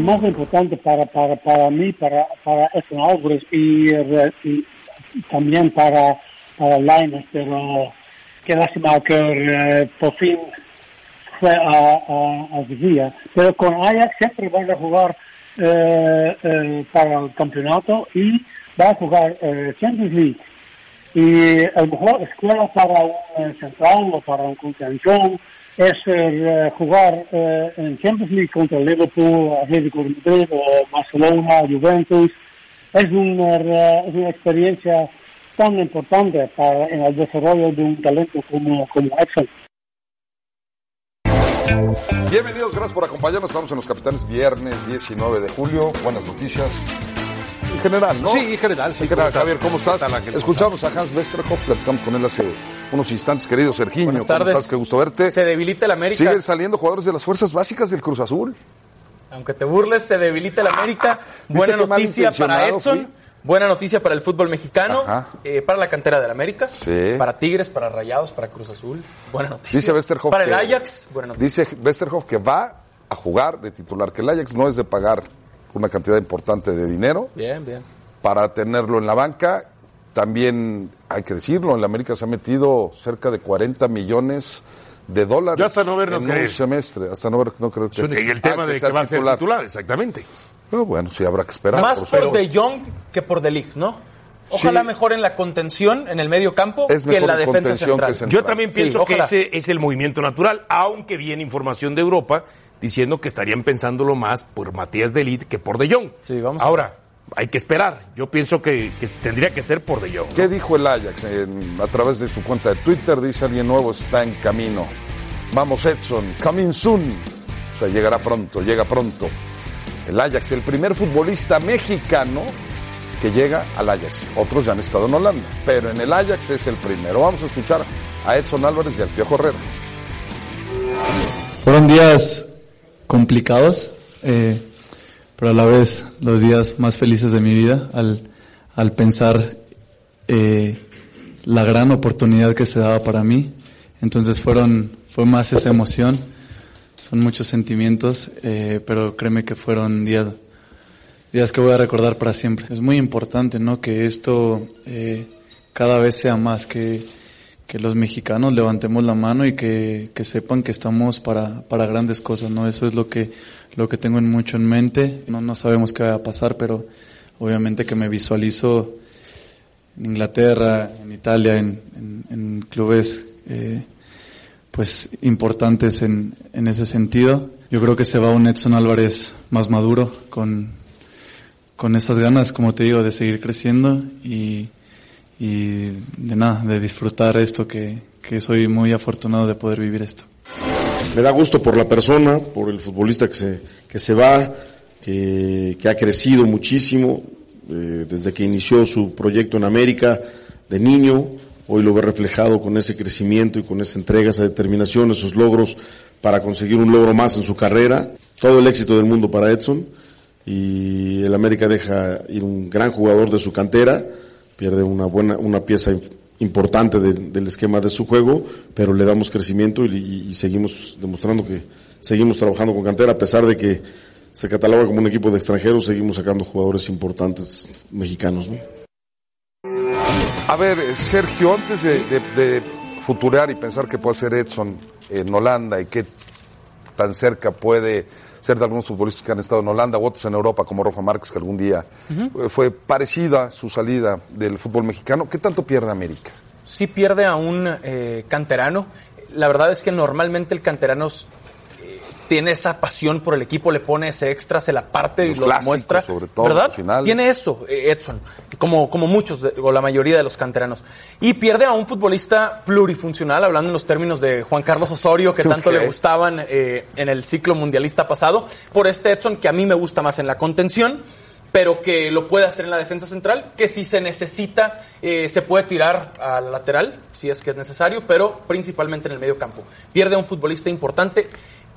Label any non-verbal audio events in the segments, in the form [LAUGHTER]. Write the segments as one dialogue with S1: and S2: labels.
S1: más importante para, para, para mí, para, para Edson Álvarez y, eh, y también para, para Lainez, pero qué lástima que eh, por fin fue a, a, a Sevilla. Pero con Ajax siempre van a jugar eh, para el campeonato y va a jugar eh, Champions League. Y a lo mejor escuela para un central o para un contención es eh, jugar eh, en Champions League contra Liverpool, Atlético de Madrid, o Barcelona, Juventus. Es una, es una experiencia tan importante para en el desarrollo de un talento como, como Edson.
S2: Bienvenidos, gracias por acompañarnos. Estamos en los Capitanes viernes 19 de julio. Buenas noticias. En general, ¿no?
S3: Sí, en general. Sí,
S2: en general, Javier, ¿cómo estás? Escuchamos a Hans Westerhoff, platicamos con él hace unos instantes, querido Serginho.
S3: Buenas tardes.
S2: ¿Cómo estás? Qué gusto verte.
S3: Se debilita el América.
S2: Siguen saliendo jugadores de las fuerzas básicas del Cruz Azul.
S3: Aunque te burles, se debilita el América. Buena
S2: Ah,
S3: noticia para
S2: qué malintencionado
S3: Edson.
S2: fui?
S3: Buena noticia para el fútbol mexicano,
S2: Ajá.
S3: eh, para la cantera del América,
S2: Sí.
S3: para Tigres, para Rayados, para Cruz Azul. Buena noticia.
S2: Dice Westerhoff.
S3: Para el
S2: que-
S3: Ajax, buena noticia.
S2: Dice Westerhoff que va a jugar de titular, que el Ajax no es de pagar una cantidad importante de dinero
S3: Bien, bien.
S2: para tenerlo en la banca. También hay que decirlo, en la América se ha metido cerca de 40 millones de dólares
S4: Yo hasta no ver no
S2: en un
S4: creer.
S2: semestre, hasta no ver no creo que
S4: Y el
S2: Ah,
S4: tema de
S2: sea
S4: que va a ser titular, exactamente.
S2: Pero bueno, sí habrá que esperar.
S3: Más
S2: por
S3: por
S2: supuesto.
S3: De Jong que por De Ligt, ¿no? Ojalá
S2: Sí.
S3: mejor en la contención, en el medio campo,
S2: Es
S3: que en
S2: mejor
S3: la
S2: en
S3: defensa
S2: contención que
S3: central.
S2: central.
S4: Yo también
S3: Sí,
S4: pienso que
S3: ojalá.
S4: ese es el movimiento natural, aunque viene información de Europa diciendo que estarían pensándolo más por Matías de Ligt que por De Jong.
S3: Sí, vamos a
S4: Ahora, hay que esperar. Yo pienso que, que tendría que ser por De Jong.
S2: ¿Qué dijo el Ajax en- a través de su cuenta de Twitter? Dice alguien nuevo está en camino. Vamos Edson, coming soon. O sea, llegará pronto, llega pronto. El Ajax, el primer futbolista mexicano que llega al Ajax. Otros ya han estado en Holanda, pero en el Ajax es el primero. Vamos a escuchar a Edson Álvarez y al Piojo Herrera.
S5: Fueron días complicados, eh, pero a la vez los días más felices de mi vida al, al pensar eh, la gran oportunidad que se daba para mí. Entonces fueron, fue más esa emoción, son muchos sentimientos, eh, pero créeme que fueron días, días que voy a recordar para siempre. Es muy importante, ¿no? Que esto eh, cada vez sea más, que, que los mexicanos levantemos la mano y que, que sepan que estamos para, para grandes cosas, ¿no? Eso es lo que, lo que tengo en mucho en mente. No, no sabemos qué va a pasar, pero obviamente que me visualizo en Inglaterra, en Italia, en, en- en clubes eh, pues importantes en, en ese sentido. Yo creo que se va un Edson Álvarez más maduro, con, con esas ganas, como te digo, de seguir creciendo y, y de nada, de disfrutar esto que, que soy muy afortunado de poder vivir esto.
S6: Me da gusto por la persona, por el futbolista que se, que se va, que, que ha crecido muchísimo eh, desde que inició su proyecto en América de niño. Hoy lo ve reflejado con ese crecimiento y con esa entrega, esa determinación, esos logros para conseguir un logro más en su carrera. Todo el éxito del mundo para Edson y el América deja ir un gran jugador de su cantera, pierde una buena, una pieza im- importante de- del esquema de su juego, pero le damos crecimiento y, y- y seguimos demostrando que seguimos trabajando con cantera, a pesar de que se cataloga como un equipo de extranjeros, seguimos sacando jugadores importantes mexicanos. ¿no?
S2: A ver, eh, Sergio, antes de, de- de futurar y pensar que puede ser Edson en Holanda y qué tan cerca puede ser de algunos futbolistas que han estado en Holanda u otros en Europa, como Rafa Márquez, que algún día eh, fue parecida su salida del fútbol mexicano, ¿qué tanto pierde América?
S3: sí pierde a un eh, canterano. La verdad es que normalmente el canterano eh, tiene esa pasión por el equipo, le pone ese extra, se la parte
S2: Los
S3: y lo
S2: clásicos,
S3: muestra.
S2: sobre todo,
S3: ¿Verdad?
S2: al final.
S3: Tiene eso, eh, Edson, como, como muchos de- o la mayoría de los canteranos. Y pierde a un futbolista plurifuncional, hablando en los términos de Juan Carlos Osorio, que tanto
S2: Ok.
S3: le gustaban eh, en el ciclo mundialista pasado, por este Edson que a mí me gusta más en la contención pero que lo puede hacer en la defensa central, que si se necesita eh, se puede tirar al lateral, si es que es necesario, pero principalmente en el medio campo. Pierde a un futbolista importante,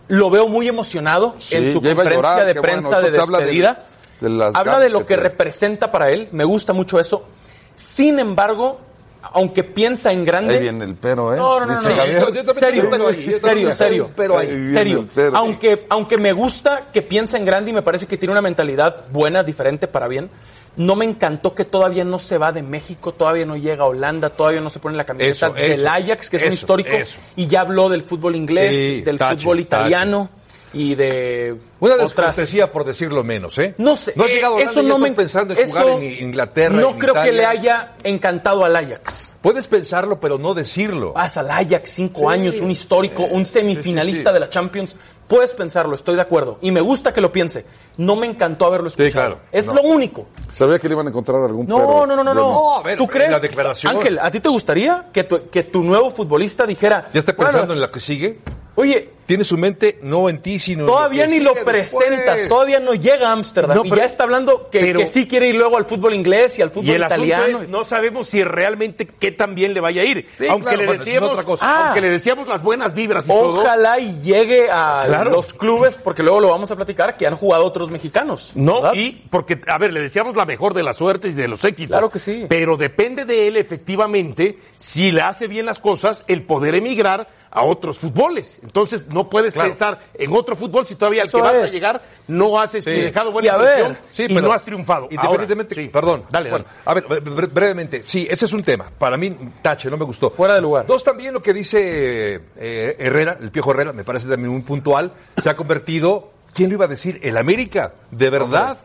S3: lo veo muy emocionado
S2: Sí,
S3: en su
S2: ya iba a
S3: conferencia
S2: llorar,
S3: de
S2: qué bueno,
S3: prensa
S2: eso
S3: de
S2: te habla de-
S3: despedida.
S2: de las
S3: Habla
S2: ganas
S3: de lo
S2: que
S3: que,
S2: trae.
S3: representa para él, me gusta mucho eso. Sin embargo, aunque piensa en grande...
S2: Ahí viene el pero, ¿eh?
S3: No, no, no,
S2: ¿Viste,
S3: no.
S2: Javier?
S3: Yo- yo también Serio,
S2: tengo un pero ahí, yo
S3: serio,
S2: también
S3: serio,
S2: tengo un pero
S3: pero
S2: ahí.
S3: ahí, serio.
S2: Bien, pero.
S3: Aunque, aunque me gusta que piensa en grande y me parece que tiene una mentalidad buena, diferente para bien, no me encantó que todavía no se va de México, todavía no llega a Holanda, todavía no se pone la camiseta
S4: Eso,
S3: del
S4: eso,
S3: Ajax, que es un
S4: eso,
S3: histórico,
S4: eso.
S3: y ya habló del fútbol inglés,
S7: Sí,
S3: del
S7: tache,
S3: fútbol italiano y de
S7: Una
S3: otras
S7: descortesía, por decirlo menos, ¿eh?
S3: no sé.
S7: No has
S3: eh,
S7: llegado a Holanda
S3: eso
S7: y ya
S3: no me
S7: estás pensando en
S3: eso
S7: jugar en I- Inglaterra.
S3: No
S7: en
S3: creo que le
S7: Italia.
S3: haya encantado al Ajax.
S7: Puedes pensarlo, pero no decirlo.
S3: Vas al Ajax cinco años, un histórico, un semifinalista
S7: sí, sí.
S3: de la Champions. Puedes pensarlo, estoy de acuerdo. Y me gusta que lo piense. No me encantó haberlo escuchado.
S7: claro,
S3: Es
S7: no.
S3: lo único.
S2: Sabía que le iban a encontrar algún
S3: No,
S2: pero.
S3: no, no, no,
S2: Yo
S7: No,
S3: no.
S7: a ver,
S3: ¿Tú
S7: en
S3: crees?
S7: la declaración.
S3: Ángel, ¿a ti te gustaría que tu, que tu nuevo futbolista dijera.
S7: ¿Ya está pensando en la que sigue?
S3: Oye,
S7: Tiene su mente no en ti, sino en
S3: todavía
S7: que
S3: ni lo
S7: sigue
S3: presentas,
S7: después.
S3: todavía no llega a Ámsterdam.
S4: No,
S3: y
S4: pero-
S3: ya está hablando que,
S4: pero-
S3: que sí quiere ir luego al fútbol inglés y al fútbol
S4: Y el
S3: italiano.
S4: asunto es, no sabemos si realmente qué tan bien le vaya a ir.
S7: Sí,
S4: aunque,
S7: claro,
S4: le
S7: bueno, eso es
S4: decíamos, Ah.
S7: otra cosa.
S4: aunque le decíamos las buenas vibras y todo.
S3: Ojalá y llegue a
S4: Claro.
S3: los clubes, porque luego lo vamos a platicar, que han jugado otros mexicanos.
S4: No,
S3: ¿verdad?
S4: y porque, a ver, le deseamos la mejor de las suertes y de los éxitos.
S3: Claro que sí.
S4: Pero depende de él, efectivamente, si le hace bien las cosas, el poder emigrar a otros fútboles. Entonces, no puedes pensar en otro fútbol si todavía al
S3: Eso
S4: que vas a
S3: es.
S4: llegar no has este,
S7: Sí.
S4: dejado
S3: Y
S4: buena
S3: a ver,
S4: impresión
S7: Sí,
S4: y
S7: pero
S4: no has triunfado. Ahora,
S7: Independientemente,
S4: sí.
S7: perdón.
S4: Dale,
S7: Bueno,
S4: dale.
S7: A ver, bre- bre- brevemente. Sí, ese es un tema. Para mí, tache, no me gustó.
S3: Fuera de lugar.
S7: Dos, también lo que dice eh, Herrera, el Piojo Herrera, me parece también muy puntual. Se ha convertido, ¿quién lo iba a decir? El América, de verdad.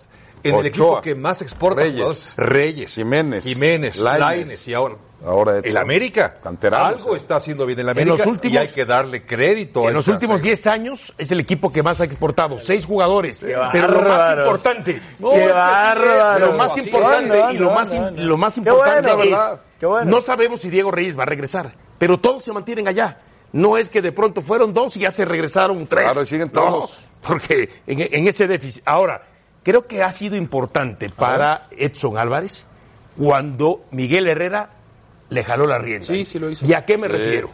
S7: En el
S2: Ochoa,
S7: equipo que más exporta
S2: Reyes,
S7: jugadores. Reyes,
S2: Jiménez,
S7: Jiménez,
S2: Lainez,
S7: Lainez y ahora
S2: ahora Edson.
S7: el América.
S2: Canteranos,
S7: Algo
S2: eh.
S7: está haciendo bien el América
S4: los últimos-
S7: y hay que darle crédito. a
S4: En los
S7: esa
S4: últimos
S7: selección.
S4: 10 años es el equipo que más ha exportado, seis jugadores. Pero lo más
S3: bárbaros.
S4: importante,
S3: No, Qué es que sí, es, bárbaro.
S4: lo más
S7: así es.
S4: importante
S3: No, no,
S4: y lo
S3: no,
S4: más
S3: no,
S4: im-
S3: no.
S4: lo más
S3: Qué
S4: importante
S3: bueno,
S4: es
S3: ¿verdad? Qué bueno.
S4: no sabemos si Diego Reyes va a regresar, pero todos se mantienen allá. No es que de pronto fueron dos y ya se regresaron tres.
S2: Claro, y siguen
S4: No,
S2: todos.
S4: porque en, en ese déficit. Ahora, creo que ha sido importante para Edson Álvarez cuando Miguel Herrera le jaló la rienda.
S3: Sí, sí lo hizo.
S4: ¿Y a qué me refiero?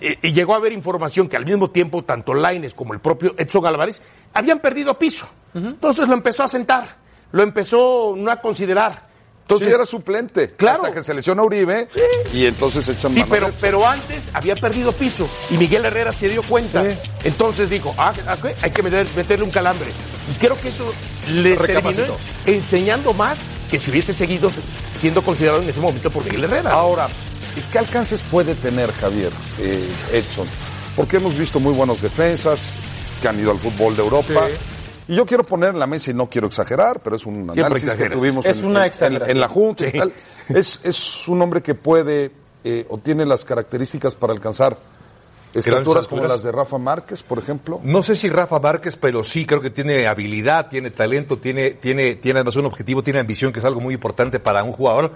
S4: Eh, Y llegó a haber información que al mismo tiempo tanto Laines como el propio Edson Álvarez habían perdido piso. Entonces lo empezó a sentar, lo empezó no a considerar. Entonces,
S2: sí, era suplente.
S4: Claro.
S2: Hasta que se lesiona Uribe y entonces echan
S4: Sí,
S2: mano
S4: pero,
S2: de él.
S4: pero antes había perdido piso y Miguel Herrera se dio cuenta. Entonces dijo, ah, ah, ¿qué? hay que meter- meterle un calambre. Y creo que eso le
S7: Recapacitó.
S4: terminó enseñando más que si hubiese seguido siendo considerado en ese momento por Miguel Herrera.
S2: Ahora, ¿y ¿qué alcances puede tener Javier eh, Edson? Porque hemos visto muy buenos defensas que han ido al fútbol de Europa. Y yo quiero poner en la mesa, y no quiero exagerar, pero es un
S4: Siempre
S2: análisis que
S4: exageras.
S2: tuvimos
S3: Es
S2: en,
S3: una
S2: en- en-
S3: exageración.
S2: en la Junta. y tal. Es, es un hombre que puede eh, o tiene las características para alcanzar estaturas como
S7: alturas.
S2: las de Rafa Márquez, por ejemplo.
S7: No sé si Rafa Márquez, pero sí creo que tiene habilidad, tiene talento, tiene, tiene, tiene además un objetivo, tiene ambición, que es algo muy importante para un jugador.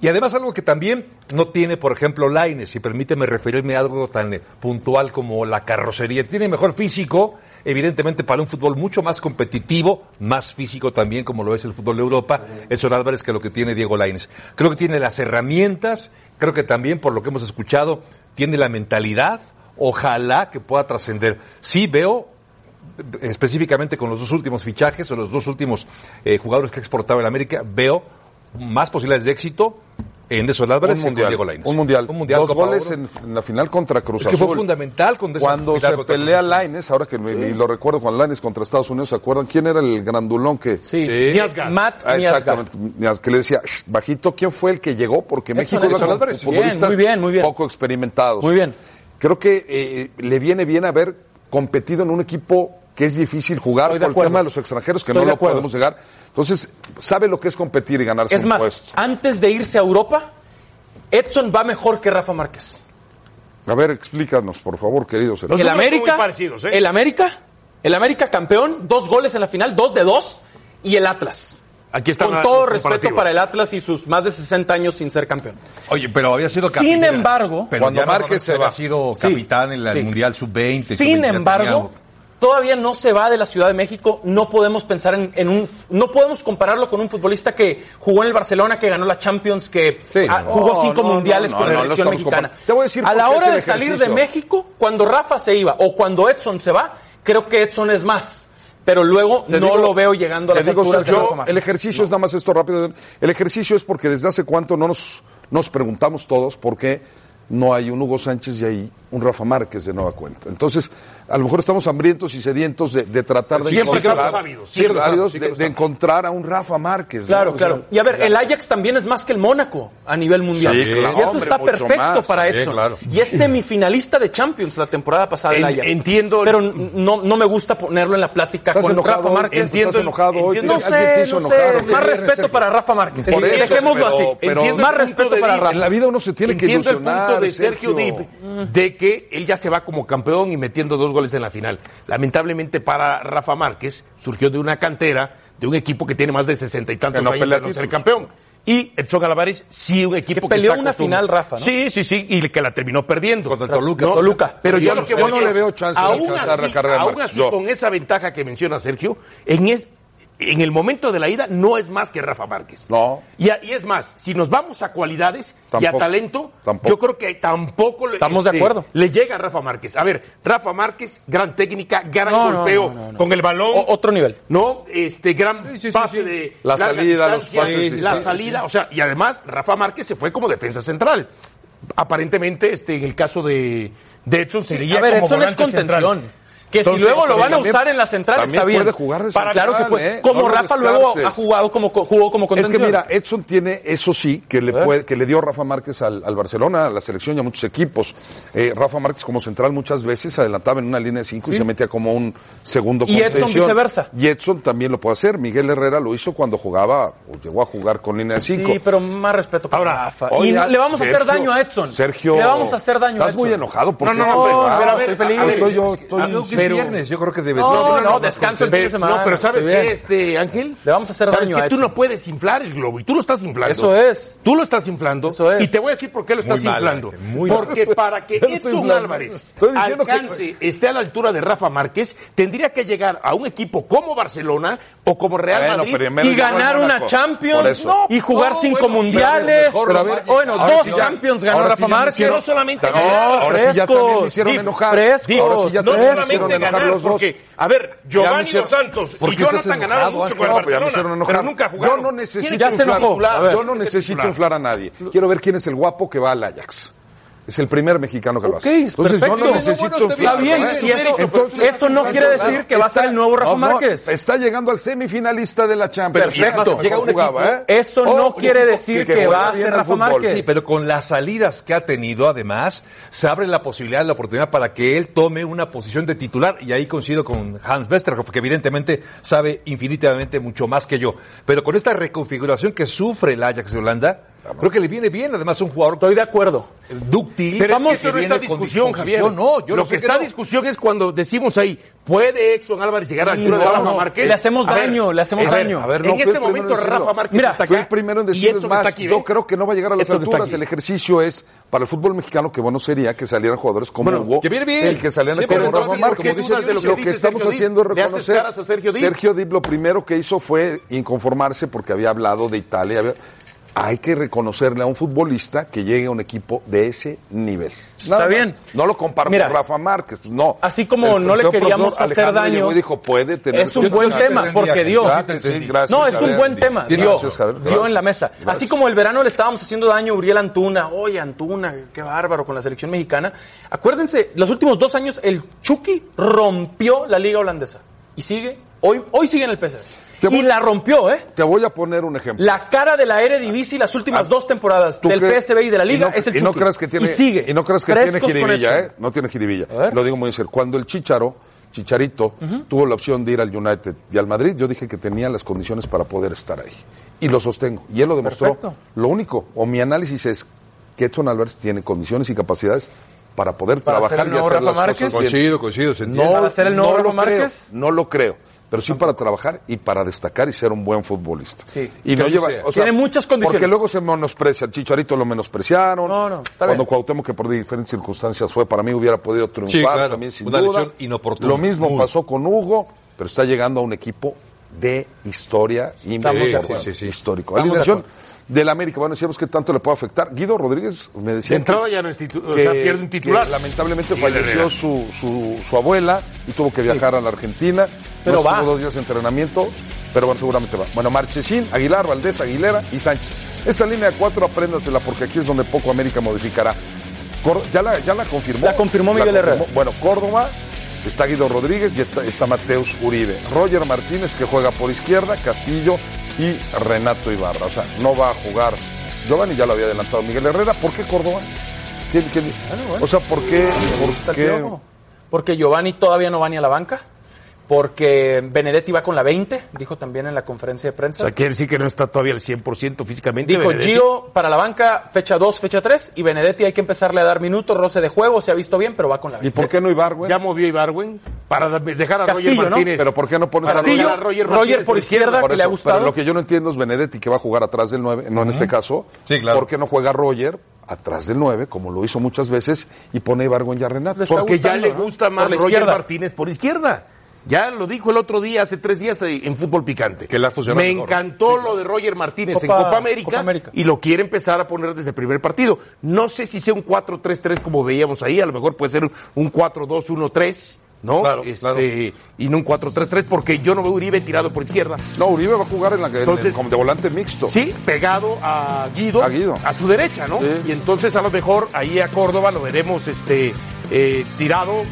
S7: Y además algo que también no tiene, por ejemplo, Laines, y permíteme referirme a algo tan eh, puntual como la carrocería. Tiene mejor físico, evidentemente para un fútbol mucho más competitivo, más físico también como lo es el fútbol de Europa, Edson Álvarez, que lo que tiene Diego Laines. Creo que tiene las herramientas, creo que también, por lo que hemos escuchado, tiene la mentalidad ojalá que pueda trascender. Sí veo eh, específicamente con los dos últimos fichajes o los dos últimos eh, jugadores que ha exportado el América, veo más posibilidades de éxito en Edson Álvarez y en Diego Lainez.
S2: un mundial.
S7: Un mundial.
S2: Dos
S7: Copa
S2: goles
S7: Oro.
S2: en, en la final contra Cruz
S7: Es que fue
S2: Azul.
S7: fundamental con esa
S2: Cuando
S7: final
S2: se
S7: contra
S2: pelea
S7: Cruz Azul.
S2: Laines, ahora que me- y lo recuerdo cuando Laines contra Estados Unidos, ¿se acuerdan quién era el grandulón que
S3: Sí,
S4: Sí.
S3: Miazga. Matt
S2: Ah,
S3: Miazga.
S2: exactamente. Miazga, Que le decía, "Shh, bajito, ¿quién fue el que llegó? Porque México
S3: Edson
S2: iba con
S7: Álvarez.
S2: futbolistas
S3: Bien, muy bien, muy bien.
S2: poco experimentados.
S3: Muy bien.
S2: Creo que eh, le viene bien haber competido en un equipo que es difícil jugar
S3: Estoy de
S2: por el
S3: acuerdo.
S2: tema de los extranjeros, que
S3: Estoy
S2: no
S3: de
S2: lo
S3: acuerdo.
S2: podemos llegar. Entonces, sabe lo que es competir y ganarse
S3: Es
S2: un
S3: más,
S2: puesto.
S3: antes de irse a Europa, Edson va mejor que Rafa Márquez.
S2: A ver, explícanos, por favor,
S4: Los
S2: queridos.
S3: el
S4: números son muy
S3: América,
S4: parecidos, ¿eh?
S3: el América El América campeón, dos goles en la final, dos de dos, y el Atlas.
S4: Aquí están
S3: Con
S4: los
S3: todo
S4: comparativos.
S3: respeto para el Atlas y sus más de 60 años sin ser campeón.
S7: Oye, pero había sido
S3: Sin
S7: capitán.
S3: embargo-
S7: pero
S2: Cuando
S7: ya no
S2: Márquez se
S7: había
S2: va.
S7: sido
S3: Sí,
S7: capitán en la- el
S3: sí.
S7: Mundial Sub-20.
S3: Sin
S7: Sub-23,
S3: embargo,
S7: tenía-
S3: todavía no se va de la Ciudad de México. No podemos pensar en, en un. No podemos compararlo con un futbolista que jugó en el Barcelona, que ganó la Champions, que
S7: Sí,
S3: ah,
S7: no.
S3: jugó
S2: No,
S3: cinco
S2: no,
S3: mundiales
S2: no,
S3: con
S2: no,
S3: la
S2: no lo
S3: selección
S2: estamos
S3: mexicana.
S2: comparando. Te voy a decir
S3: a
S2: por
S3: la
S2: qué es
S3: hora
S2: el
S3: de salir de
S2: ejercicio.
S3: México, cuando Rafa se iba o cuando Edson se va, creo que Edson es más. Pero luego
S2: Te
S3: no
S2: digo-
S3: lo veo llegando a
S2: te
S3: las
S2: digo,
S3: alturas de
S2: Sergio,
S3: Rafa Márquez.
S2: el ejercicio es nada más esto rápido. El ejercicio es porque desde hace cuánto no nos, nos preguntamos todos por qué no hay un Hugo Sánchez y hay un Rafa Márquez de nueva cuenta. Entonces, a lo mejor estamos hambrientos y sedientos de, de tratar de
S4: Siempre
S2: encontrar,
S4: estamos ávidos, siempre
S2: ávidos
S4: estamos, siempre
S2: de, de encontrar a un Rafa Márquez. ¿no?
S3: Claro,
S2: O sea,
S3: claro. Y a ver, el Ajax también es más que el Mónaco a nivel mundial.
S2: Sí,
S3: y eso
S2: claro, hombre,
S3: está
S2: mucho
S3: perfecto
S2: más.
S3: para
S7: Sí,
S3: Edson.
S7: claro.
S3: Y es semifinalista de Champions la temporada pasada el
S4: En-
S3: Ajax.
S4: entiendo-
S3: Pero n- no, no me gusta ponerlo en la plática
S2: Estás
S3: con
S2: enojado,
S3: Rafa Márquez.
S2: entiendo-
S4: Estás
S2: enojado hoy,
S3: No
S2: te- alguien te
S3: sé,
S2: hizo
S3: no
S2: enojar,
S3: sé.
S2: ¿o qué?
S3: Más respeto para Rafa Márquez.
S2: Por eso,
S3: Dejémoslo así.
S2: pero-
S4: Entiendo
S3: más
S4: el punto
S3: respeto
S4: de
S3: para
S4: Dib.
S3: Rafa.
S2: En la vida uno se tiene que
S4: Entiendo el
S2: ilusionar.
S4: punto de Sergio Dib de que él ya se va como campeón y metiendo dos goles en la final. Lamentablemente para Rafa Márquez surgió de una cantera de un equipo que tiene más de sesenta y tantos
S2: Que no
S4: años
S2: pelea
S4: de no ser
S2: títulos.
S4: campeón. Y Edson Álvarez sí un equipo que,
S3: peleó
S4: está
S3: una
S4: acostumbrado.
S3: final, Rafa, ¿no?
S4: Sí, sí, sí, y que la terminó perdiendo.
S7: Contra el Toluca.
S4: No,
S3: Toluca.
S4: Pero yo,
S2: Yo
S4: lo
S2: no-
S4: que
S2: yo
S4: voy
S2: no
S4: es,
S2: le veo chance de
S4: aún
S2: alcanzar
S4: así,
S2: la carrera de
S4: aún
S2: Márquez.
S4: así,
S2: Yo.
S4: con esa ventaja que menciona Sergio, en es- en el momento de la ida no es más que Rafa Márquez.
S2: No.
S4: Y, a- y es más, si nos vamos a cualidades y a
S2: Tampoco.
S4: talento,
S2: Tampoco.
S4: yo creo que tampoco le- este,
S3: Estamos de acuerdo.
S4: le llega a Rafa Márquez. A ver, Rafa Márquez, gran técnica, gran
S3: No, no,
S4: golpeo
S3: no, no, no.
S4: con el balón.
S3: O- otro nivel.
S4: No, este gran
S7: Sí, sí, sí,
S4: pase
S7: sí.
S4: de
S2: Oh. La
S4: largas
S2: salida, los
S4: distancias,
S2: pases, sí,
S4: la
S2: sí.
S4: salida, o sea, y además Rafa Márquez se fue como defensa central. Aparentemente, este, en el caso de, de Edson
S3: Sí,
S4: sería
S3: a ver,
S4: como
S3: Edson es
S4: volante central.
S3: contención. Que
S4: Entonces,
S3: si luego lo
S4: oye,
S3: van a
S2: también-
S3: usar en la central
S2: también
S3: está bien.
S2: puede jugar de
S3: Para-
S2: central,
S3: claro que puede.
S2: ¿eh?
S3: Como
S2: No lo
S3: Rafa luego
S2: descartes.
S3: ha jugado como co- jugó como
S2: Es que
S3: contención.
S2: mira, Edson tiene eso sí que le, puede- que le dio Rafa Márquez al, al Barcelona, a la selección y a muchos equipos. Eh, Rafa Márquez como central muchas veces adelantaba en una línea de cinco y se metía como un segundo
S3: Y Edson
S2: contención.
S3: viceversa.
S2: Y Edson también lo puede hacer. Miguel Herrera lo hizo cuando jugaba o llegó a jugar con línea de cinco.
S3: Sí, pero más respeto para
S4: Ahora,
S3: Rafa.
S2: Oye,
S3: y no- le vamos a hacer
S2: Sergio-
S3: daño a Edson.
S2: Sergio,
S3: Le vamos a hacer daño a
S2: Estás
S3: Edson.
S2: muy enojado porque
S4: No, no,
S2: Edson
S4: no,
S2: se va.
S4: pero a ver,
S3: estoy
S4: a ver,
S2: Soy yo,
S4: es que-
S2: estoy-
S4: a ver,
S7: Creo que es
S4: Pero-
S7: viernes, yo creo que debería.
S3: No, no, no,
S4: no,
S3: descanso el fin
S4: Ve-
S3: de semana.
S4: No, pero ¿sabes
S3: Estoy bien.
S4: qué, este, Ángel?
S3: Le vamos a hacer
S4: ¿Sabes
S3: daño
S4: qué?
S3: a
S4: Tú
S3: Edson.
S4: no puedes inflar el globo y tú lo estás inflando.
S3: Eso es.
S4: Tú lo estás inflando.
S3: Eso es.
S4: Y te voy a decir por qué lo estás
S7: mal,
S4: inflando.
S7: Ángel, muy mal.
S4: Porque para que
S2: estoy
S4: Edson
S2: inflando.
S4: Álvarez
S2: Estoy diciendo que-
S4: alcance, esté a la altura de Rafa Márquez, tendría que llegar a un equipo como Barcelona o como Real
S2: Bueno,
S4: Madrid.
S2: primero
S3: Y
S2: Pero ganó
S3: ganar
S2: el
S3: una
S2: Mónaco, por
S3: Champions
S2: eso.
S3: no, y jugar
S4: no,
S3: cinco
S4: bueno,
S3: mundiales.
S7: pero a lo mejor lo
S3: bueno,
S7: vaya-
S3: dos
S7: ahora sí ya-
S3: Champions ganó
S2: ahora sí
S3: Rafa
S2: ya me
S3: Márquez.
S2: hicieron-
S4: No solamente
S3: No,
S4: ganar,
S2: ahora sí ya también
S3: frescos,
S2: me hicieron
S3: Dip,
S2: enojar.
S3: frescos.
S2: Ahora sí ya
S3: No
S4: no
S2: también me
S3: frescos.
S2: hicieron
S4: solamente
S2: enojar
S4: ganar,
S2: los dos.
S4: porque, a ver,
S2: Ya
S4: Giovanni
S2: me hicieron-
S4: Dos Santos
S2: ¿Por
S4: y
S2: qué estás
S4: Jonathan ganaron
S7: enojado,
S4: mucho con el
S2: No, pues ya me hicieron
S4: Barcelona,
S2: enojar.
S4: pero nunca jugaron.
S2: Yo no necesito
S3: Ya se
S2: inflar.
S3: enojó. A ver.
S2: Yo no necesito inflar a nadie. Quiero ver quién es el guapo que va al Ajax. Es el primer mexicano que lo
S3: Ok,
S2: hace. Entonces yo
S3: perfecto.
S2: no necesito
S3: Bueno, está
S2: inflar.
S3: bien,
S2: ¿no?
S3: y eso- eso no quiere decir que va a ser el nuevo Rafa
S2: no, no,
S3: Márquez.
S2: está llegando al semifinalista de la Champions.
S3: Perfecto.
S2: Llega un jugaba, ¿eh?
S3: Eso no
S2: O un
S3: quiere
S2: equipo
S3: decir
S2: que
S3: que
S2: juega
S3: va a
S2: bien
S3: ser
S2: al
S3: Rafa
S2: fútbol.
S3: Márquez.
S7: Sí, pero con las salidas que ha tenido, además, se abre la posibilidad, la oportunidad para que él tome una posición de titular. Y ahí coincido con Hans Westerhoff, que evidentemente sabe infinitamente mucho más que yo. Pero con esta reconfiguración que sufre el Ajax de Holanda, creo que le viene bien, además, un jugador
S3: Estoy de acuerdo.
S7: dúctil.
S4: Pero
S7: Vamos,
S4: es que eso no está en discusión, Javier.
S7: No, yo
S4: lo
S7: no sé
S4: que está en
S7: no.
S4: discusión es cuando decimos ahí, ¿puede Exxon Álvarez llegar a la
S3: Sí,
S4: altura de
S3: estamos-
S4: Rafa Márquez?
S3: le hacemos
S4: A ver,
S3: daño, le hacemos
S4: a ver,
S3: daño.
S4: A ver,
S2: no,
S4: en
S2: fue el
S4: este
S2: primero en
S4: momento
S2: decirlo.
S4: Rafa Márquez
S3: Mira,
S4: está acá.
S2: Fui el primero en
S4: y
S2: decirles
S4: Edson
S2: más.
S4: está aquí, ¿ve?
S2: Yo creo que no va a llegar a las
S4: Edson está
S2: alturas.
S4: aquí.
S2: El ejercicio es, para el fútbol mexicano, que bueno sería que salieran jugadores como
S4: Bueno,
S2: Hugo,
S7: que viene bien.
S2: el que salieran
S4: Sí,
S2: como
S4: pero entonces,
S2: Rafa
S4: lo que
S2: Márquez.
S4: dudas de lo que
S2: Lo que
S4: dice
S2: estamos
S4: Sergio Dip,
S2: haciendo es
S4: le haces
S2: reconocer.
S4: caras a Sergio Dip.
S2: Sergio Dip lo primero que hizo fue inconformarse porque había hablado de Italia. había- Hay que reconocerle a un futbolista que llegue a un equipo de ese nivel.
S3: Está
S2: más.
S3: bien.
S2: No lo comparo
S3: Mira,
S2: con Rafa Márquez, no.
S3: así como
S2: El
S3: no le
S2: profesor
S3: queríamos
S2: Profesor
S3: hacer
S2: Alejandro
S3: daño,
S2: llegó y dijo, puede tener
S3: es un
S2: sus
S3: buen
S2: chances.
S3: tema, porque dio.
S2: Claro que sí, gracias,
S3: no, es un
S2: Javier.
S3: buen tema.
S2: Tienes-
S3: Dio,
S2: gracias, Javier.
S3: dio en la
S2: Gracias.
S3: mesa. Así
S2: Gracias.
S3: como el verano le estábamos haciendo daño a Uriel Antuna. Oye, Antuna, qué bárbaro con la selección mexicana. Acuérdense, los últimos dos años el Chucky rompió la liga holandesa. Y sigue, hoy, hoy sigue en el PSV.
S2: Te
S3: Y
S2: voy-
S3: la rompió, ¿eh?
S2: Te voy a poner un ejemplo.
S3: La cara de la Eredivisie las últimas dos temporadas
S2: Ah, ¿Tú
S3: del
S2: crees-
S3: PSV y de la liga
S2: y no,
S3: es el
S2: y no
S3: Chucky.
S2: creas que tiene,
S3: Y sigue.
S2: y no creas que
S3: Frescos
S2: tiene
S3: con
S2: jiribilla,
S3: Edson.
S2: ¿eh? No tiene jiribilla.
S3: A ver.
S2: Lo digo muy serio. Cuando el Chicharo, Chicharito, tuvo la opción de ir al United y al Madrid, yo dije que tenía las condiciones para poder estar ahí. Y lo sostengo. Y él lo demostró.
S3: Perfecto.
S2: Lo único, o mi análisis es que Edson Álvarez tiene condiciones y capacidades para poder
S3: ¿Para ser
S2: trabajar
S3: el
S2: y
S3: nuevo
S2: hacer
S3: Rafa
S2: las
S3: Márquez?
S2: cosas bien.
S7: Coincido, coincido. se entiende.
S2: No,
S3: ¿Para ser el nuevo
S2: no
S3: Rafa
S2: lo creo,
S3: Márquez? Ah.
S2: no lo creo, pero sí para trabajar y para destacar y ser un buen futbolista.
S3: Sí.
S2: Y no
S7: Que
S2: lleva,
S7: sea.
S2: o sea,
S3: Tiene muchas condiciones.
S2: Porque luego se menosprecia. Chicharito lo menospreciaron.
S3: No, no, está
S2: Cuando
S3: bien.
S2: Cuauhtémoc, que por diferentes circunstancias fue, para mí hubiera podido triunfar
S7: Sí, claro,
S2: también sin
S7: una
S2: duda.
S7: lesión inoportuna.
S2: Lo mismo
S7: Muy.
S2: pasó con Hugo, pero está llegando a un equipo de historia y
S3: Estamos de acuerdo.
S7: Sí, sí, sí.
S2: histórico.
S3: Estamos de
S2: Alineación
S3: acuerdo.
S2: del América. Bueno, decíamos que tanto le puede afectar. Guido Rodríguez me decía
S4: De entrada
S2: antes
S4: ya no es titu- o
S2: que-
S4: sea, pierde un
S2: que
S4: titular.
S2: lamentablemente
S4: Y
S2: falleció
S4: le-
S2: su, su, su abuela y tuvo que viajar a la Argentina.
S3: Pero
S2: no estuvo
S3: va.
S2: dos días de entrenamiento, pero bueno, seguramente va. Bueno, Marchesín, Aguilar, Valdés, Aguilera y Sánchez. Esta línea 4, apréndasela porque aquí es donde poco América modificará. Cor- ya, la, ya la confirmó.
S3: La confirmó Miguel Herrera.
S2: Bueno, Córdoba, está Guido Rodríguez y está, está Mateus Uribe. Roger Martínez, que juega por izquierda, Castillo y Renato Ibarra. O sea, no va a jugar Giovanni, ya lo había adelantado Miguel Herrera. ¿Por qué Córdoba? ¿Quién- quién-
S7: Ah,
S2: O sea, ¿por qué? ¿Por
S3: Hasta el
S2: qué?
S3: piojo. Porque Giovanni todavía no va ni a la banca. Porque Benedetti va con la 20, dijo también en la conferencia de
S4: O
S3: prensa.
S4: sea, quiere decir que no está todavía al 100% físicamente.
S3: Dijo
S4: Benedetti.
S3: Gio para la banca, fecha 2, fecha 3. Y Benedetti hay que empezarle a dar minutos, roce de juego. Se ha visto bien, pero va con la
S2: ¿Y
S3: 20.
S2: por qué no Ibargüen?
S4: Ya movió a Ibarwen para da- dejar a
S3: Castillo, ¿no?
S4: Roger Martínez.
S2: Pero ¿por qué no pones
S4: Castillo,
S2: a
S4: Roger-
S3: Roger,
S4: Martínez
S3: por izquierda,
S4: por izquierda,
S3: que
S2: Por
S3: le ha
S2: eso,
S3: gustado.
S2: Pero lo que yo no entiendo es Benedetti que va a jugar atrás del 9, no en este caso.
S7: Sí, claro.
S2: ¿Por qué no juega Roger atrás del 9, como lo hizo muchas veces, y pone a Ibargüen y a Renato?
S3: Les- está
S4: Porque ya
S3: gustando,
S4: le
S3: ¿no?
S4: gusta más
S3: Por la
S4: Roger
S3: izquierda.
S4: Martínez por izquierda. Ya lo dijo el otro día, hace tres días, eh, en Fútbol Picante.
S7: Que le ha funcionado
S4: Me
S7: mejor.
S4: encantó lo de Roger Martínez en
S3: Copa-
S4: Copa América,
S3: Copa América.
S4: y lo quiere empezar a poner desde el primer partido. No sé si sea un 4-3-3 como veíamos ahí, a lo mejor puede ser un 4-2-1-3, ¿no?
S7: Claro,
S4: este,
S7: claro.
S4: Y no un 4-3-3, porque yo no veo a Uribe tirado por izquierda.
S2: No, Uribe va a jugar en la, en el-
S4: Entonces-
S2: como de volante mixto.
S4: Sí, pegado a Guido,
S2: A Guido.
S4: su derecha, ¿no?
S2: Sí.
S4: Y entonces a lo mejor ahí a Córdoba lo veremos este eh, tirado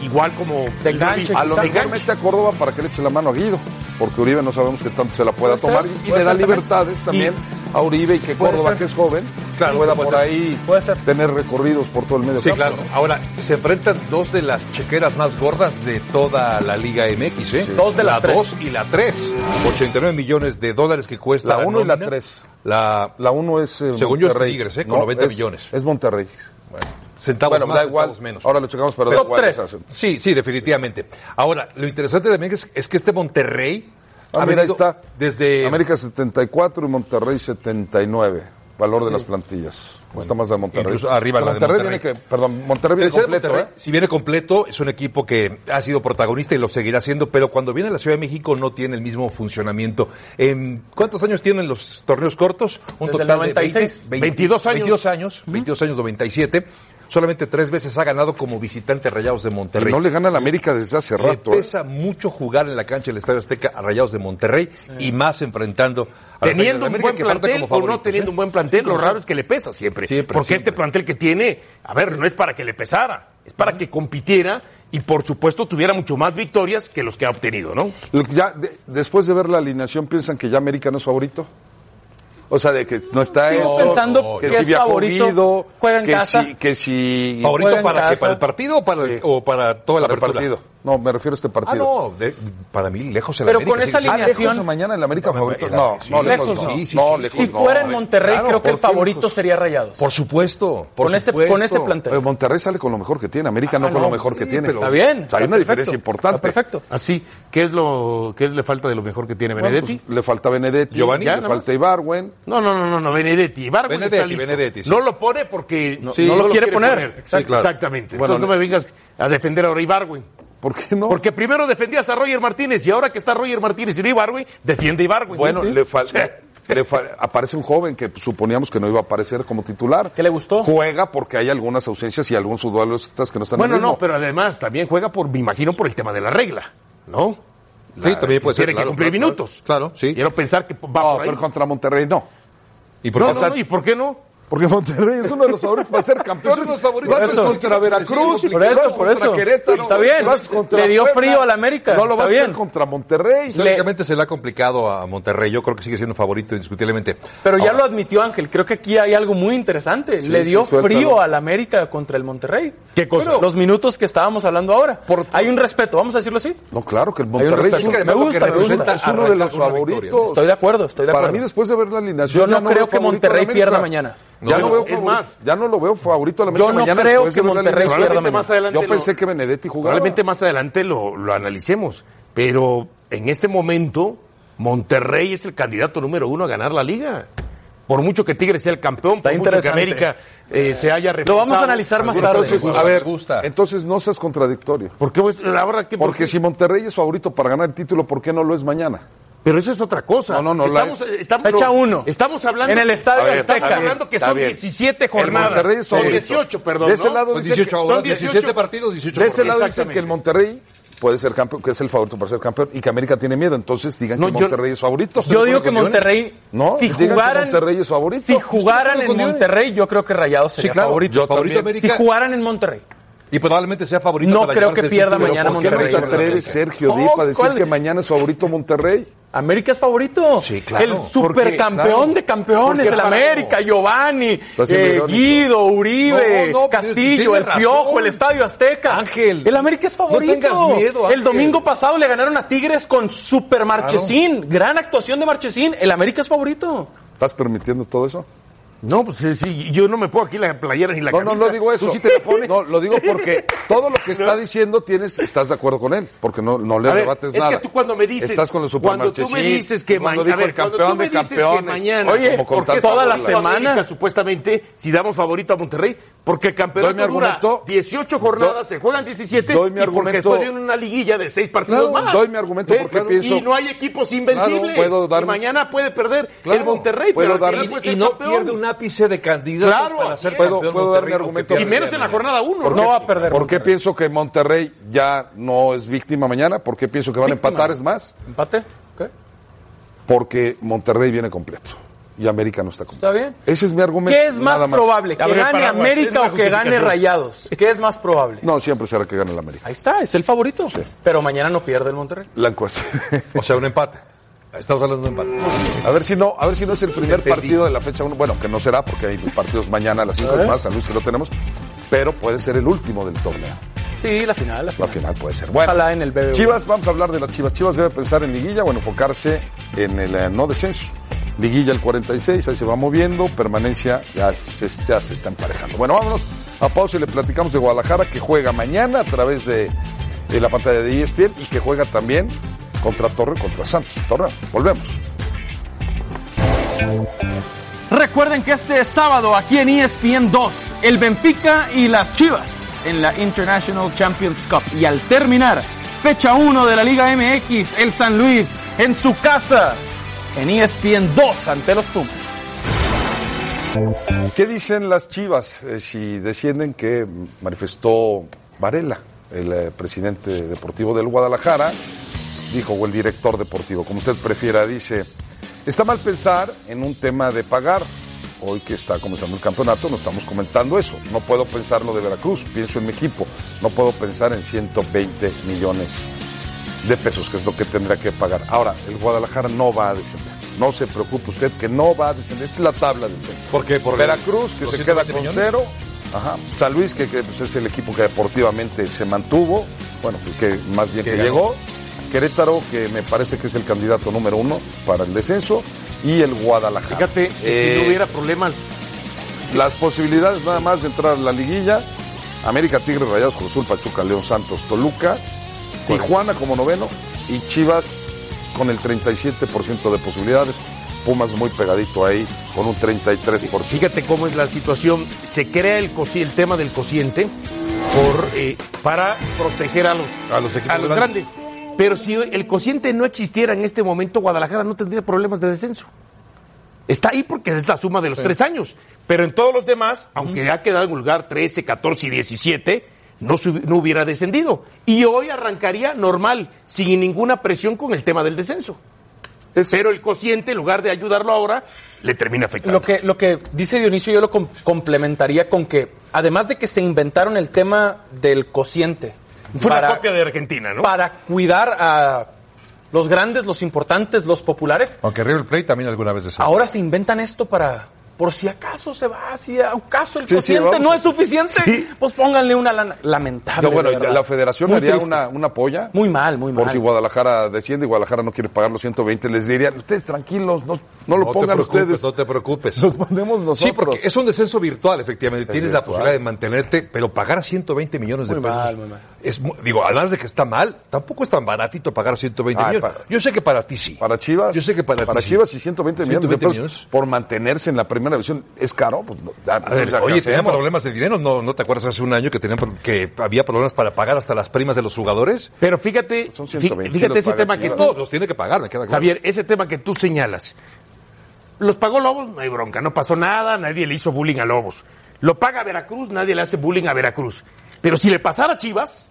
S4: igual como
S3: De enganche,
S2: A lo
S3: Quizá
S2: mejor
S3: enganche.
S2: mete a Córdoba para que le eche la mano a Guido, porque Uribe no sabemos que tanto se la pueda
S3: Puede
S2: tomar
S3: ser, puede
S2: y le da
S3: ser también.
S2: libertades también a Uribe y que
S3: Puede
S2: Córdoba,
S3: ser.
S2: que es joven,
S7: Claro,
S2: pueda
S7: puede
S2: por
S7: ser.
S2: ahí
S3: Puede ser.
S2: tener recorridos por todo el medio
S7: Sí,
S2: campo,
S7: claro.
S2: ¿no?
S7: Ahora, se enfrentan dos de las chequeras más gordas de toda la Liga MX, ¿eh?
S3: Dos de las
S7: la
S3: tres.
S7: 2 y la 3. 89 millones de dólares que cuesta
S2: La uno y la
S7: nómina.
S2: tres.
S7: La
S2: La uno es. eh,
S7: Según yo es
S2: Monterrey.
S7: Tigres, ¿eh? Con 90
S2: es-
S7: millones.
S2: Es Monterrey.
S7: centavos
S2: bueno,
S7: más,
S2: da igual.
S7: centavos menos.
S2: Ahora lo checamos, pero,
S3: Top
S2: da igual.
S3: tres.
S2: o sea,
S7: Sí, sí, definitivamente. Ahora, lo interesante también es, es que este Monterrey
S2: Ah,
S7: ha
S2: mira, ahí
S7: venido
S2: está.
S7: desde
S2: América 74 y Monterrey 79. Valor de las plantillas. Está más de Monterrey.
S7: incluso arriba la de
S2: Monterrey,
S7: Monterrey.
S2: viene que. Perdón, Monterrey viene
S7: Tercer
S2: completo,
S7: Monterrey,
S2: ¿eh?
S7: Si viene completo, es un equipo que ha sido protagonista y lo seguirá siendo, pero cuando viene a la Ciudad de México no tiene el mismo funcionamiento. En- ¿Cuántos años tienen los torneos cortos? Un
S3: Desde el
S7: total de
S3: 96.
S7: 20,
S4: 22 años.
S7: 22 años, 22 años, 97. Solamente tres veces ha ganado como visitante Rayados de
S2: ¿eh? Y
S7: Monterrey.
S2: no le gana a la América desde hace
S7: Le
S2: rato. ¿eh?
S7: pesa mucho jugar en la cancha del Estadio Azteca a Rayados de Monterrey y más enfrentando a las Águilas de
S4: teniendo un
S7: América,
S4: buen
S7: que parte
S4: plantel
S7: como
S4: o no
S7: favoritos,
S4: teniendo
S7: ¿eh?
S4: un buen plantel, lo raro es que le pesa siempre.
S7: Siempre,
S4: porque
S7: siempre.
S4: este plantel que tiene, a ver, no es para que le pesara, es para que compitiera y por supuesto tuviera mucho más victorias que los que ha obtenido, ¿no?
S2: Lo que Ya, de- después de ver la alineación, ¿piensan que ya América no es favorito? O sea, de que no está
S3: Sigo
S2: Edson,
S3: pensando que es
S2: viajó
S3: favorito,
S2: Guido,
S3: juega en
S2: que
S3: casa.
S2: si, que si
S7: ¿Favorito
S3: Juega en
S7: para qué?
S3: casa.
S7: ¿Para el partido o para, el-
S2: Sí.
S7: o para toda la
S2: para el
S7: apertura?
S2: partido. No, me refiero a este partido.
S7: Ah, no, de- para mí lejos el
S3: Pero
S7: América
S3: con
S7: sigue
S3: esa
S7: siendo-
S2: Ah,
S3: alineación-
S2: lejos o mañana en la América favorito.
S7: el-
S2: No,
S7: sí,
S2: no, lejos,
S3: lejos
S2: no.
S3: no.
S7: Sí, sí,
S2: No,
S7: sí,
S2: lejos
S3: Si
S2: no.
S3: fuera en Monterrey,
S7: Claro,
S3: creo que
S7: ¿por
S3: el
S7: qué
S3: favorito
S7: lejos?
S3: sería Rayados.
S7: Por supuesto, por
S3: Con ese-
S7: supuesto.
S3: con ese plantel.
S2: Eh, Monterrey sale con lo mejor que tiene, América no
S3: Ah,
S2: con
S3: no,
S2: lo mejor que
S3: sí,
S2: tiene.
S3: pero está bien,
S2: O sea, hay
S3: está
S2: una
S3: perfecto,
S2: diferencia importante.
S3: está perfecto.
S4: Así, ¿qué es lo que le falta de lo mejor que tiene
S2: Bueno,
S4: Benedetti?
S2: pues, le falta Benedetti,
S7: Giovanni,
S4: ya,
S2: le
S4: nada más.
S2: falta Ibarwen.
S4: No, no, no, no, no, Benedetti. Ibargüen
S7: Benedetti,
S4: está listo.
S7: Benedetti, sí.
S4: No lo pone porque no,
S3: Sí,
S4: no
S3: no lo quiere poner.
S4: Exact-
S2: Sí, claro.
S4: Exactamente.
S2: Bueno,
S4: Entonces no me vengas a defender ahora a Ibargüen.
S2: ¿Por qué no?
S4: Porque primero defendías a Roger Martínez y ahora que está Roger Martínez y no Ibargüen, defiende a Ibargüen.
S2: bueno,
S4: Sí, sí.
S2: le falta. le fal- aparece un joven que suponíamos que no iba a aparecer como titular.
S3: ¿Qué le gustó?
S2: Juega porque hay algunas ausencias y algunos futbolistas que no están en
S4: Bueno,
S2: ritmo.
S4: no, pero además también juega por, me imagino, por el tema de la regla, ¿no?
S7: Sí, también puede ser.
S4: Tiene que
S7: claro,
S4: cumplir
S7: claro,
S4: minutos.
S7: Claro, sí.
S4: Quiero pensar que va
S2: No,
S4: por ahí.
S2: pero contra Monterrey no.
S7: ¿Y por
S4: No,
S7: qué
S4: no,
S7: sal-
S4: no, ¿y por qué no?
S2: Porque Monterrey es uno de los favoritos para ser campeón.
S7: Es uno de los favoritos.
S2: Lo
S7: Por
S2: haces
S7: eso.
S2: contra Veracruz,
S7: Sí,
S3: Por
S2: lo haces
S3: eso, por
S2: contra
S3: eso.
S2: Querétaro,
S3: Está bien.
S2: lo haces contra
S3: Le dio
S2: Puebla.
S3: frío a la América.
S2: No lo
S3: Está
S2: vas a hacer
S3: bien.
S2: contra Monterrey.
S7: Históricamente se le ha complicado a Monterrey. Yo creo que sigue siendo favorito indiscutiblemente.
S3: Pero ya
S7: Ahora,
S3: lo admitió Ángel, creo que aquí hay algo muy interesante.
S2: Sí,
S3: Le
S2: sí,
S3: dio
S2: suéltalo.
S3: frío al América contra el Monterrey.
S4: ¿Qué cosa?
S3: Pero los minutos que estábamos hablando ahora.
S4: Por-
S3: Hay un respeto, vamos a decirlo así.
S2: No, claro que el
S3: un
S2: Monterrey
S3: respeto.
S2: es un-
S3: Es que me
S7: lo
S3: gusta, me
S7: representa
S3: gusta.
S2: es uno de
S7: arrancar
S2: los
S7: con una victoria.
S2: favoritos.
S3: Estoy de acuerdo, estoy de
S2: Para
S3: acuerdo.
S2: mí, después de ver la alineación,
S3: Yo no
S2: veo
S3: creo que
S2: favorito a la
S3: Monterrey
S2: América.
S3: pierda mañana.
S2: ya, no
S4: pero
S2: veo
S4: es
S2: favorito-
S4: más.
S2: ya no lo veo favorito a la América
S3: Yo no
S2: mañana
S3: creo
S2: después de
S3: que
S2: ver la
S3: Monterrey
S2: alineación.
S3: pierda
S4: Probablemente más adelante
S2: Yo
S4: lo-
S2: pensé que Benedetti jugaba.
S4: Probablemente más adelante lo, lo analicemos, pero en este momento Monterrey es el candidato número uno a ganar la liga. Por mucho que Tigres sea el campeón,
S3: Está
S4: por mucho que
S3: interesante.
S4: América eh, se haya
S3: Lo
S4: reforzado.
S3: vamos a analizar más tarde.
S2: Entonces,
S7: Me gusta,
S2: a ver, Pues
S7: me gusta.
S2: entonces no seas contradictorio.
S4: ¿Por qué, pues, la verdad que-
S2: Porque si Monterrey es favorito para ganar el título, ¿por qué no lo es mañana?
S4: Pero eso es otra cosa.
S2: No, no, no, la
S4: Estamos,
S2: es-
S4: estamos,
S3: Fecha
S4: lo-
S3: uno.
S4: Estamos hablando.
S3: En el Estadio A ver, Azteca.
S4: Estamos hablando que
S2: está
S4: son
S2: bien.
S4: 17
S2: El
S4: jornadas.
S2: Monterrey es
S4: Son
S2: favorito.
S4: 18, perdón.
S2: De ese
S4: ¿no?
S2: lado
S7: Pues
S2: dice
S7: 18
S2: que-
S7: ahora,
S4: son
S7: 17
S4: 18.
S7: partidos, 18
S2: De ese lado dicen
S4: Exactamente.
S2: que el Monterrey puede ser campeón, que es el favorito para ser campeón y que América tiene miedo. Entonces digan
S4: No,
S2: que
S4: yo-
S2: Monterrey es favorito.
S3: Yo digo que Monterrey,
S2: No,
S3: si
S2: digan que
S3: jugaran,
S2: Monterrey es favorito.
S3: si jugaran en
S7: con Diego.
S3: Monterrey, yo creo que Rayados sería
S7: claro.
S3: favorito.
S7: Yo Favorito también.
S3: Si
S7: América.
S3: jugaran en Monterrey.
S7: Y probablemente sea favorito.
S3: No
S7: para
S3: creo
S7: llevarse
S3: que
S7: el
S3: pierda
S7: título.
S3: mañana
S7: ¿Por
S2: ¿Por qué
S7: qué
S2: no
S3: Monterrey.
S2: se
S7: Rayados
S2: atreve
S7: América?
S2: Sergio Díaz
S3: Oh,
S2: para decir
S3: ¿cuál?
S2: que mañana es favorito Monterrey?
S3: América es favorito.
S7: Sí, claro.
S3: El supercampeón
S7: Porque, claro.
S3: de campeones, el
S7: Porque para- Pues
S3: América, Giovanni,
S2: siendo
S3: eh,
S2: irónico.
S3: Guido, Uribe,
S7: No, no,
S3: Castillo,
S7: tiene
S3: el Piojo,
S7: razón.
S3: el Estadio Azteca.
S7: Ángel,
S3: El América es
S7: no
S3: favorito.
S7: tengas miedo, Ángel.
S3: el domingo pasado le ganaron a Tigres con Super Marchesín. Gran actuación de Marchesín. El América es favorito.
S2: ¿Estás permitiendo todo eso?
S4: No, pues sí, sí, yo no me pongo aquí la playera ni la
S2: No, no,
S4: camisa.
S2: no digo eso.
S4: Tú sí te
S2: [LAUGHS]
S4: la pones.
S2: No, lo digo porque todo lo que está diciendo tienes, estás de acuerdo con él, porque no, no le
S4: A ver,
S2: debates
S4: es
S2: nada.
S4: que tú cuando me dices,
S2: estás con los
S4: cuando tú me
S2: supermarchesí,
S4: dices que
S2: cuando
S4: mañana,
S2: dijo el campeón de campeones,
S4: mañana,
S2: oye,
S4: como
S2: ¿por
S4: con
S2: qué
S4: tanta
S2: toda la
S4: burla?
S3: semana?
S4: América, supuestamente, si damos favorito a Monterrey, porque el campeonato
S2: Doy mi
S4: dura
S2: argumento.
S4: 18 jornadas,
S2: Do-
S4: se juegan 17,
S2: doy
S4: y
S2: mi
S4: porque
S2: argumento.
S4: después viene una liguilla de 6 partidos
S2: Claro,
S4: más.
S2: doy mi argumento
S4: ¿Eh?
S2: porque pienso-
S4: Y no hay equipos invencibles.
S2: Claro, puedo dar-
S4: y mañana puede perder el Monterrey,
S2: puedo
S4: pero al
S2: dar-
S4: final
S2: Y-
S4: puede
S7: Y
S4: ser
S7: no
S4: campeón.
S7: pierde un ápice de candidato
S4: Claro,
S7: para
S4: así
S7: ser
S4: es.
S7: campeón
S2: Puedo- puedo dar mi
S7: Monterrey,
S2: argumento.
S7: aunque
S4: y
S7: pierda
S4: menos en la
S7: mañana.
S4: jornada 1.
S3: ¿Por qué? No va a perder.
S2: ¿Por qué pienso que Monterrey ya no es víctima mañana? ¿Por qué pienso que van a empatar? Es más,
S3: ¿Empate? ¿Qué?
S2: porque Monterrey viene completo y América no está completo.
S3: ¿Está bien?
S2: Ese es mi argumento.
S3: ¿Qué es más,
S2: nada
S3: probable? ¿Que
S4: Abre el
S3: gane
S4: paraguas, es
S3: América
S4: una
S3: o que gane
S4: justificación.
S3: Rayados? ¿Qué es más probable?
S2: No, siempre será que gane el América.
S3: Ahí está, es el favorito. Pero mañana no pierde el Monterrey.
S2: La encuesta.
S7: O sea, un empate. Estamos hablando de un empate.
S2: A ver si no, a ver si no es el primer
S7: perdí.
S2: partido de la fecha uno. Bueno, que no será porque hay partidos mañana a las
S3: ¿Eh?
S2: 5 es más, San Luis que no tenemos, pero puede ser el último del torneo.
S3: Sí, la final. La
S2: La
S3: final.
S2: final puede ser. Bueno,
S3: Ojalá en el BBVA.
S2: Chivas, vamos a hablar de las Chivas. Chivas debe pensar en liguilla o en enfocarse en el eh, no descenso. Liguilla el 46, ahí se va moviendo, permanencia ya se, ya se está emparejando. Bueno, vámonos a pausa y le platicamos de Guadalajara que juega mañana a través de, de la pantalla de E ESPN y que juega también contra Torre, contra Santos. Torre, volvemos.
S3: Recuerden que este sábado aquí en ESPN 2, el Benfica y las Chivas en la International Champions Cup. Y al terminar, fecha 1 de la Liga MX, el San Luis en su casa en E ESPN 2 ante los Pumas.
S2: ¿Qué dicen las Chivas eh, si descienden que manifestó Varela, el eh, presidente deportivo del Guadalajara? Dijo, o el director deportivo, como usted prefiera, dice, está mal pensar en un tema de pagar. Hoy que está comenzando el campeonato, no estamos comentando eso. No puedo pensar lo de Veracruz, pienso en mi equipo. No puedo pensar en 120 millones de pesos, que es lo que tendrá que pagar. Ahora, el Guadalajara no va a descender. No se preocupe usted que no va a descender. Esta es la tabla del centro.
S7: ¿Por qué? ¿Por
S2: Veracruz, que
S7: los
S2: se queda
S7: 120
S2: con
S7: millones?
S2: cero. Ajá. San Luis, que, que, pues, es el equipo que deportivamente se mantuvo. Bueno, pues, que más bien que,
S7: Que ganó.
S2: llegó. Querétaro, que me parece que es el candidato número uno para el descenso. Y el Guadalajara.
S4: Fíjate, que si
S2: Eh,
S4: no hubiera problemas
S2: las posibilidades nada más de entrar a la liguilla. América, Tigre, Rayados, Cruz Azul, Pachuca, León, Santos, Toluca, Tijuana como noveno y Chivas con el 37% de posibilidades. Pumas muy pegadito ahí con un 33%.
S4: Fíjate cómo es la situación. Se crea el, cosi- el tema del cociente por, eh, para proteger a los,
S7: A los equipos
S4: grandes.
S7: grandes.
S4: Pero si el cociente no existiera en este momento, Guadalajara no tendría problemas de descenso. Está ahí porque es la suma de los tres años. Pero en todos los demás, aunque ha quedado en lugar 13, 14 y 17, no, sub- no hubiera descendido. Y hoy arrancaría normal, sin ninguna presión con el tema del descenso.
S2: Es-
S4: Pero el cociente, en lugar de ayudarlo ahora, le termina afectando.
S3: Lo que, lo que dice Dionisio yo lo com- complementaría con que, además de que se inventaron el tema del cociente.
S4: Fue
S3: para-
S4: una copia de Argentina, ¿no?
S3: Para cuidar a los grandes, los importantes, los populares.
S7: Aunque River Plate también alguna vez es
S3: Ahora se inventan esto para por si acaso se va, si acaso el
S2: Sí, sí,
S3: cociente
S2: vamos
S3: no
S2: a-
S3: es suficiente,
S2: Sí.
S3: pues pónganle una lana. Lamentable.
S2: Yo, bueno,
S3: Ah, de verdad.
S2: la federación
S3: Muy
S2: haría
S3: triste.
S2: una, una polla.
S3: Muy mal, muy mal.
S2: Por si Guadalajara desciende y Guadalajara no quiere pagar los 120, les diría, ustedes tranquilos, no, no lo
S7: No te
S2: pongan
S7: preocupes,
S2: ustedes.
S7: No te preocupes.
S2: Lo ponemos nosotros.
S7: Sí, porque es un descenso virtual, efectivamente. Tienes la
S2: virtual.
S7: posibilidad de mantenerte, pero pagar 120 millones de
S3: Muy
S7: pesos.
S3: mal, muy mal.
S7: Es, mu- digo, además de que está mal, tampoco es tan baratito pagar 120
S2: Ah,
S7: millones.
S2: para-
S7: Yo sé que para ti sí.
S2: Para Chivas.
S7: Yo sé que para, ti sí.
S2: Chivas y 120 millones de
S7: 120
S2: pesos
S7: millones.
S2: por mantenerse en la primera división es caro. Pues, no, da-
S7: A ver,
S2: da-
S7: oye,
S2: hacemos.
S7: teníamos problemas de dinero. ¿No, ¿No te acuerdas hace un año que, tenían, pro- que había problemas para pagar hasta las primas de los jugadores?
S4: Pero fíjate,
S2: Son
S4: fí-
S2: 120
S4: fíjate
S2: los
S4: ese
S2: paga
S4: tema que
S2: Chivas.
S4: tú,
S7: No, los tiene que pagar, me queda claro.
S4: Javier, ese tema que tú señalas. Los pagó Lobos, no hay bronca, no pasó nada, nadie le hizo bullying a Lobos. Lo paga Veracruz, nadie le hace bullying a Veracruz. Pero si le pasara a Chivas,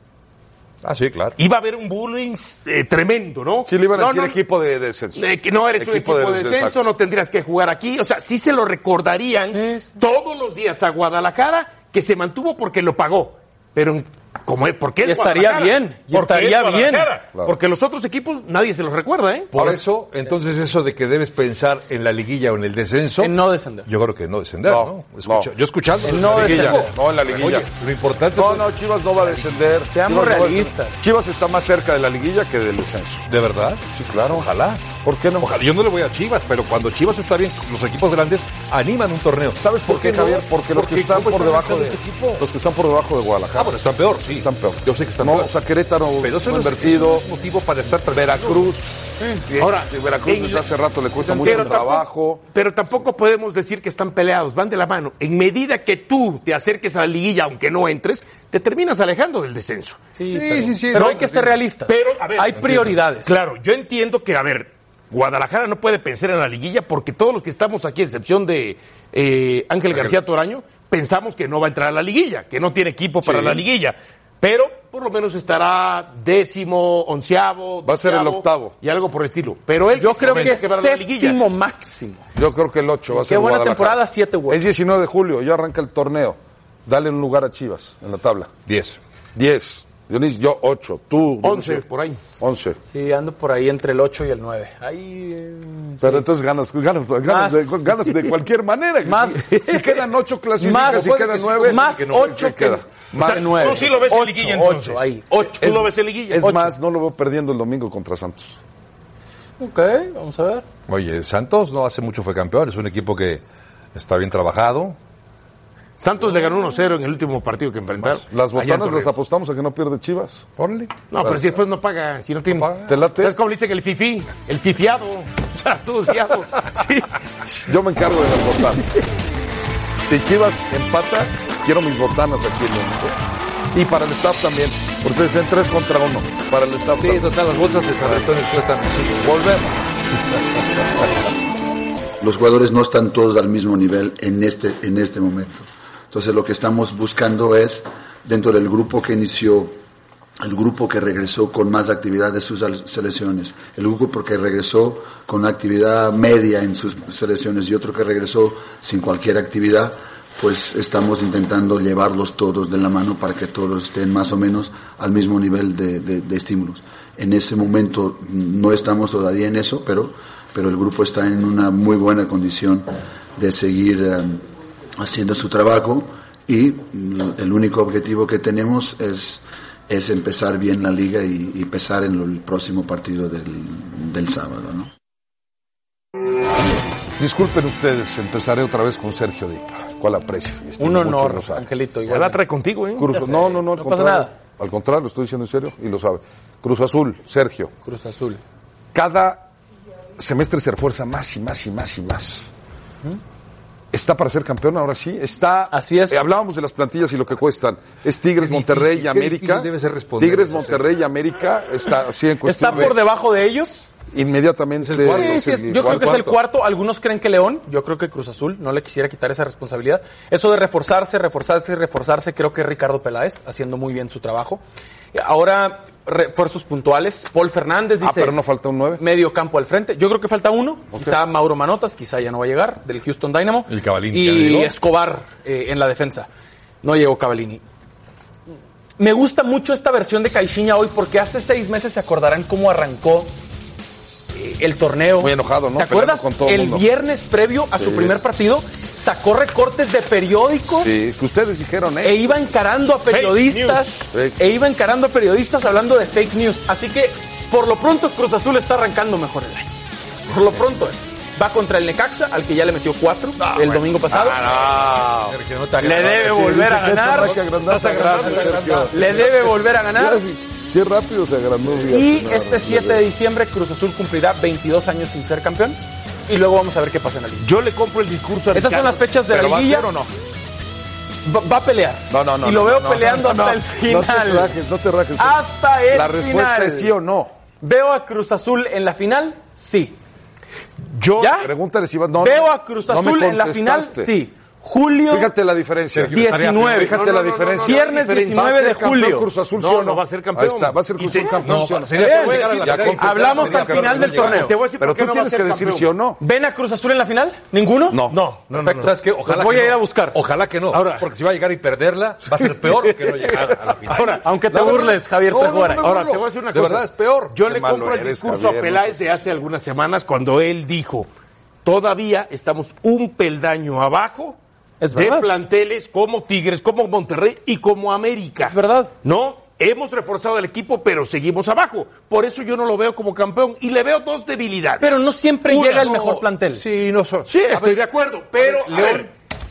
S7: Ah, sí, claro.
S4: iba a haber un bullying eh, tremendo, ¿no?
S2: Sí, le iban a
S4: No,
S2: decir
S4: no,
S2: equipo de descenso.
S4: eh, que no eres un equipo de descenso,
S2: exacto.
S4: no tendrías que jugar aquí. O sea, sí se lo recordarían todos los días a Guadalajara que se mantuvo porque lo pagó. Pero en- como es, porque es
S3: Y estaría
S4: Guadalajara,
S3: bien, y
S4: porque
S3: estaría
S4: es
S3: bien.
S4: Guadalajara,
S2: Claro.
S4: Porque los otros equipos nadie se los recuerda, ¿eh?
S7: Por eso, entonces, eso de que debes pensar en la liguilla o en el descenso.
S3: En no descender.
S7: Yo creo que no descender, ¿no?
S2: No,
S7: Escucha-
S2: no.
S7: Yo escuchando.
S3: En no
S7: desde
S2: Liguilla,
S7: liguilla.
S2: no, en la liguilla.
S7: Oye, lo importante
S2: No,
S7: es-
S2: no, Chivas no va a descender.
S3: Seamos
S2: Chivas no va a
S3: realistas.
S2: descender. Chivas está más cerca de la liguilla que del descenso.
S7: ¿De verdad?
S2: Sí, claro.
S7: Ojalá.
S2: ¿Por qué no?
S7: Ojalá. Yo no le voy a Chivas, pero cuando Chivas está bien, los equipos grandes animan un torneo.
S2: ¿Sabes por qué,
S7: no?
S2: Javier? Pues Porque los que están
S7: ¿cómo
S2: por debajo de
S7: este equipo?
S2: los que están por debajo de Guadalajara
S7: Ah, bueno, están peor, sí.
S2: están peor.
S7: Yo sé que están
S2: no,
S7: peor.
S2: o sea, Querétaro
S7: pero eso
S2: no
S7: no es,
S2: invertido.
S7: eso no es motivo para estar perdiendo.
S2: Veracruz. Y
S4: Ahora,
S2: este, Veracruz
S4: en-
S2: desde hace rato le cuesta mucho
S4: Pero
S2: el
S4: tampoco-
S2: trabajo.
S4: pero tampoco podemos decir que están peleados, van de la mano. En medida que tú te acerques a la liguilla, aunque no entres, te terminas alejando del descenso.
S3: Sí,
S7: Sí,
S3: sí,
S7: sí, sí,
S3: Pero
S7: no,
S3: hay que ser
S7: entiendo.
S3: realistas.
S4: Pero, a ver,
S3: hay
S4: entiendo.
S3: prioridades.
S4: Claro, yo entiendo que, a ver, Guadalajara no puede pensar en la liguilla porque todos los que estamos aquí, a excepción de eh, Ángel García Toraño, pensamos que no va a entrar a la liguilla, que no tiene equipo para la liguilla. Pero por lo menos estará décimo, onceavo.
S2: Va a ser el
S4: doceavo
S2: octavo.
S4: Y algo por el estilo. Pero él
S3: Yo creo que
S4: es
S3: es séptimo máximo.
S2: Yo creo que el 8 va a
S3: Qué
S2: ser
S3: buena
S2: Guadalajara.
S3: temporada, siete huevos.
S2: Es 19 de julio, ya arranca el torneo. Dale un lugar a Chivas en la tabla.
S7: 10.
S2: 10. Dionis, yo 8. Tú.
S4: Once, por ahí.
S2: 11.
S3: Sí, ando por ahí entre el 8 y el 9. Ahí. eh,
S2: Pero entonces ganas, ganas, ganas,
S3: Más.
S2: de, ganas de cualquier manera.
S3: [LAUGHS] Más.
S2: Si, si quedan 8 clasificas,
S3: Más.
S2: si quedan 9.
S3: Más ocho que-
S2: Más
S3: O sea, nueve.
S4: Tú sí lo ves
S3: Ocho,
S4: en liguilla
S3: ocho,
S4: entonces.
S3: ahí, ocho.
S4: Tú lo ves en liguilla.
S2: Es
S4: Ocho.
S2: más, no lo veo perdiendo el domingo contra Santos.
S3: Ok, vamos a ver.
S7: Oye, Santos no hace mucho fue campeón. Es un equipo que está bien trabajado.
S4: Santos le ganó 1-0 en el último partido que enfrentaron.
S2: Las
S4: Allá en
S2: botanas
S4: Torreón.
S2: las apostamos a que no pierde Chivas.
S7: Órale.
S4: No, pero si después no paga, si no tiene.
S2: ¿Te late?
S4: ¿Sabes cómo le dicen el fifi? El fifiado. [LAUGHS] O sea, todo fiado. Sí.
S2: Yo me encargo de
S3: [LAUGHS]
S2: las botanas. Si Chivas empata, quiero mis botanas aquí en el Y para el staff también. Porque es en 3 contra 1. Para el staff
S7: Sí,
S2: también.
S7: total, las bolsas de San Antonio cuestan.
S2: Volvemos.
S8: los jugadores no están todos al mismo nivel en este, en este momento. Entonces lo que estamos buscando es, dentro del grupo que inició, el grupo que regresó con más actividad de sus al- selecciones, el grupo que regresó con una actividad media en sus selecciones y otro que regresó sin cualquier actividad, pues estamos intentando llevarlos todos de la mano para que todos estén más o menos al mismo nivel de, de- de estímulos. En ese momento no estamos todavía en eso, pero pero el grupo está en una muy buena condición de seguir em, haciendo su trabajo y mm, el único objetivo que tenemos es, es empezar bien la liga y, y empezar en lo- el próximo partido del, del sábado. ¿no?
S2: Disculpen ustedes, empezaré otra vez con Sergio Dipa. ¿Cuál aprecio? y estimo
S3: Un
S2: mucho y
S3: honor,
S2: lo sabe.
S3: Angelito.
S4: Ya
S3: Igual.
S4: la trae contigo, ¿eh?
S2: Cruz-
S3: Ya sé,
S2: no, no, no, al
S3: no pasa
S2: contrario.
S3: nada.
S2: Al contrario, lo estoy diciendo en serio y lo sabe. Cruz Azul, Sergio.
S3: Cruz Azul.
S2: Cada semestre se refuerza más y más y más y más. Está para ser campeón ahora sí. Está.
S3: Así es.
S2: eh, hablábamos de las plantillas y lo que cuestan. Es Tigres,
S7: Qué
S2: Monterrey y
S7: difícil, qué
S2: América.
S7: difícil debe ser responder,
S2: Tigres,
S7: no sé.
S2: Monterrey y América está sí, en cuestión
S3: ¿Está por
S2: de-
S3: debajo de ellos?
S2: Inmediatamente.
S7: Es el cuarto,
S3: Sí, sí, es- yo creo que es el cuarto. Algunos creen que León, yo creo que Cruz Azul, no le quisiera quitar esa responsabilidad. Eso de reforzarse, reforzarse y reforzarse, creo que Ricardo Peláez haciendo muy bien su trabajo. Ahora, refuerzos puntuales. Paul Fernández dice.
S2: Ah, pero no falta un nueve.
S3: Medio campo al frente. Yo creo que falta uno. Quizá Mauro Manotas, quizá ya no va a llegar, del Houston Dynamo.
S7: El Cavalini ya
S3: Y
S7: llegó.
S3: Escobar eh, en la defensa. No llegó Cavalini. Me gusta mucho esta versión de Caixinha hoy porque hace seis meses se acordarán cómo arrancó eh, el torneo.
S2: Muy enojado, ¿no?
S3: ¿Te acuerdas?
S2: Peleando con todo
S3: el
S2: mundo.
S3: viernes previo a su primer partido sacó recortes de periódicos
S2: Sí, que ustedes dijeron,
S3: e
S2: ¿eh?
S3: iba encarando a periodistas,
S2: news.
S3: e iba encarando a periodistas hablando de fake news. Así que, por lo pronto, Cruz Azul está arrancando mejor el año. Por lo pronto, eh. va contra el Necaxa, al que ya le metió cuatro
S2: Ah,
S3: el domingo pasado.
S7: Que no te
S3: Le
S7: agrada.
S3: debe
S2: Sí,
S3: volver
S2: dice
S3: a
S2: que esto
S3: ganar.
S2: Ah, no hay que agrandarse,
S7: Estás agrandando,
S2: agrande, Sergio.
S3: Le debe volver a ganar.
S2: Mira, sí, Qué rápido se agrandó. fíjate,
S3: Y
S2: no, no,
S3: este
S2: no,
S3: 7 de diciembre Cruz Azul cumplirá 22 años sin ser campeón. Y luego vamos a ver qué pasa en la liga.
S4: Yo le compro el discurso a
S3: Esas son
S4: Ricardo,
S3: las fechas de la
S4: pero ¿va a
S3: liguilla.
S4: ser o no?
S3: Va, va a pelear.
S2: No, no, no.
S3: Y lo
S2: no,
S3: veo
S2: no,
S3: peleando
S2: no, no,
S3: hasta el
S2: No te
S3: final.
S2: rajes, no te rajes.
S3: Hasta el
S2: La respuesta
S3: final.
S2: es sí o no.
S3: ¿Veo a Cruz Azul en la final? Sí.
S4: Yo
S3: ¿Ya?
S2: Pregúntale si vas. No,
S3: ¿Veo
S2: no,
S3: a Cruz
S2: no me
S3: Azul en la final?
S2: contestaste.
S3: Sí. Julio,
S2: Fíjate la diferencia.
S7: Sergio, estaría
S3: 19.
S4: No,
S2: Fíjate
S4: no,
S2: la
S4: no, no, no,
S2: diferencia.
S4: no,
S3: Viernes
S4: diferencia.
S3: 19
S2: ¿Va a ser
S3: de
S2: campeón
S3: julio.
S2: Cruz Azul,
S4: No,
S2: ¿sí o
S4: no va a ser campeón.
S2: Ahí está, va a ser
S4: Y
S2: Cruz
S4: te-
S2: Azul campeón.
S7: No,
S2: ¿sí o
S7: sería
S3: Bien.
S7: como llegar a la
S3: Ya
S7: final.
S3: contestaste, Hablamos
S7: Sería
S3: al
S7: campeón,
S3: final del
S7: llegar.
S3: torneo.
S4: Te voy a decir
S2: Pero
S4: por qué no
S2: tú
S4: va a
S2: tienes
S4: ser
S2: que decir
S4: campeón.
S2: sí o no.
S3: ¿ven a Cruz Azul en la final? ¿Ninguno?
S7: No, no, no.
S3: Perfecto.
S7: ¿Sabes qué? Ojalá
S3: Los voy
S7: que
S3: a ir
S7: no.
S3: a buscar.
S7: Ojalá que no.
S4: Ahora.
S7: porque si va a llegar y perderla, va a ser peor que no llegar a la final.
S4: Ahora,
S3: Aunque te
S7: No, no, no.
S3: burles, Javier
S7: No, no,
S3: Tejuara.
S7: no, no,
S4: Ahora,
S7: no, no.
S4: te voy a decir una
S7: De
S4: cosa.
S7: verdad, es peor.
S4: Yo
S2: Qué
S4: le
S2: malo
S4: compro el
S2: eres,
S4: discurso
S2: Javier,
S4: a Peláez de hace algunas semanas cuando él dijo, todavía estamos un peldaño abajo
S3: Es
S4: de
S3: verdad.
S4: planteles como Tigres, como Monterrey y como América.
S3: Es verdad.
S4: No, hemos reforzado el equipo, pero seguimos abajo. Por eso yo no lo veo como campeón y le veo dos debilidades.
S3: Pero no siempre
S4: Una,
S3: llega el
S4: no.
S3: mejor plantel.
S7: Sí, no son.
S4: Sí, estoy de acuerdo, pero...
S7: a ver, León.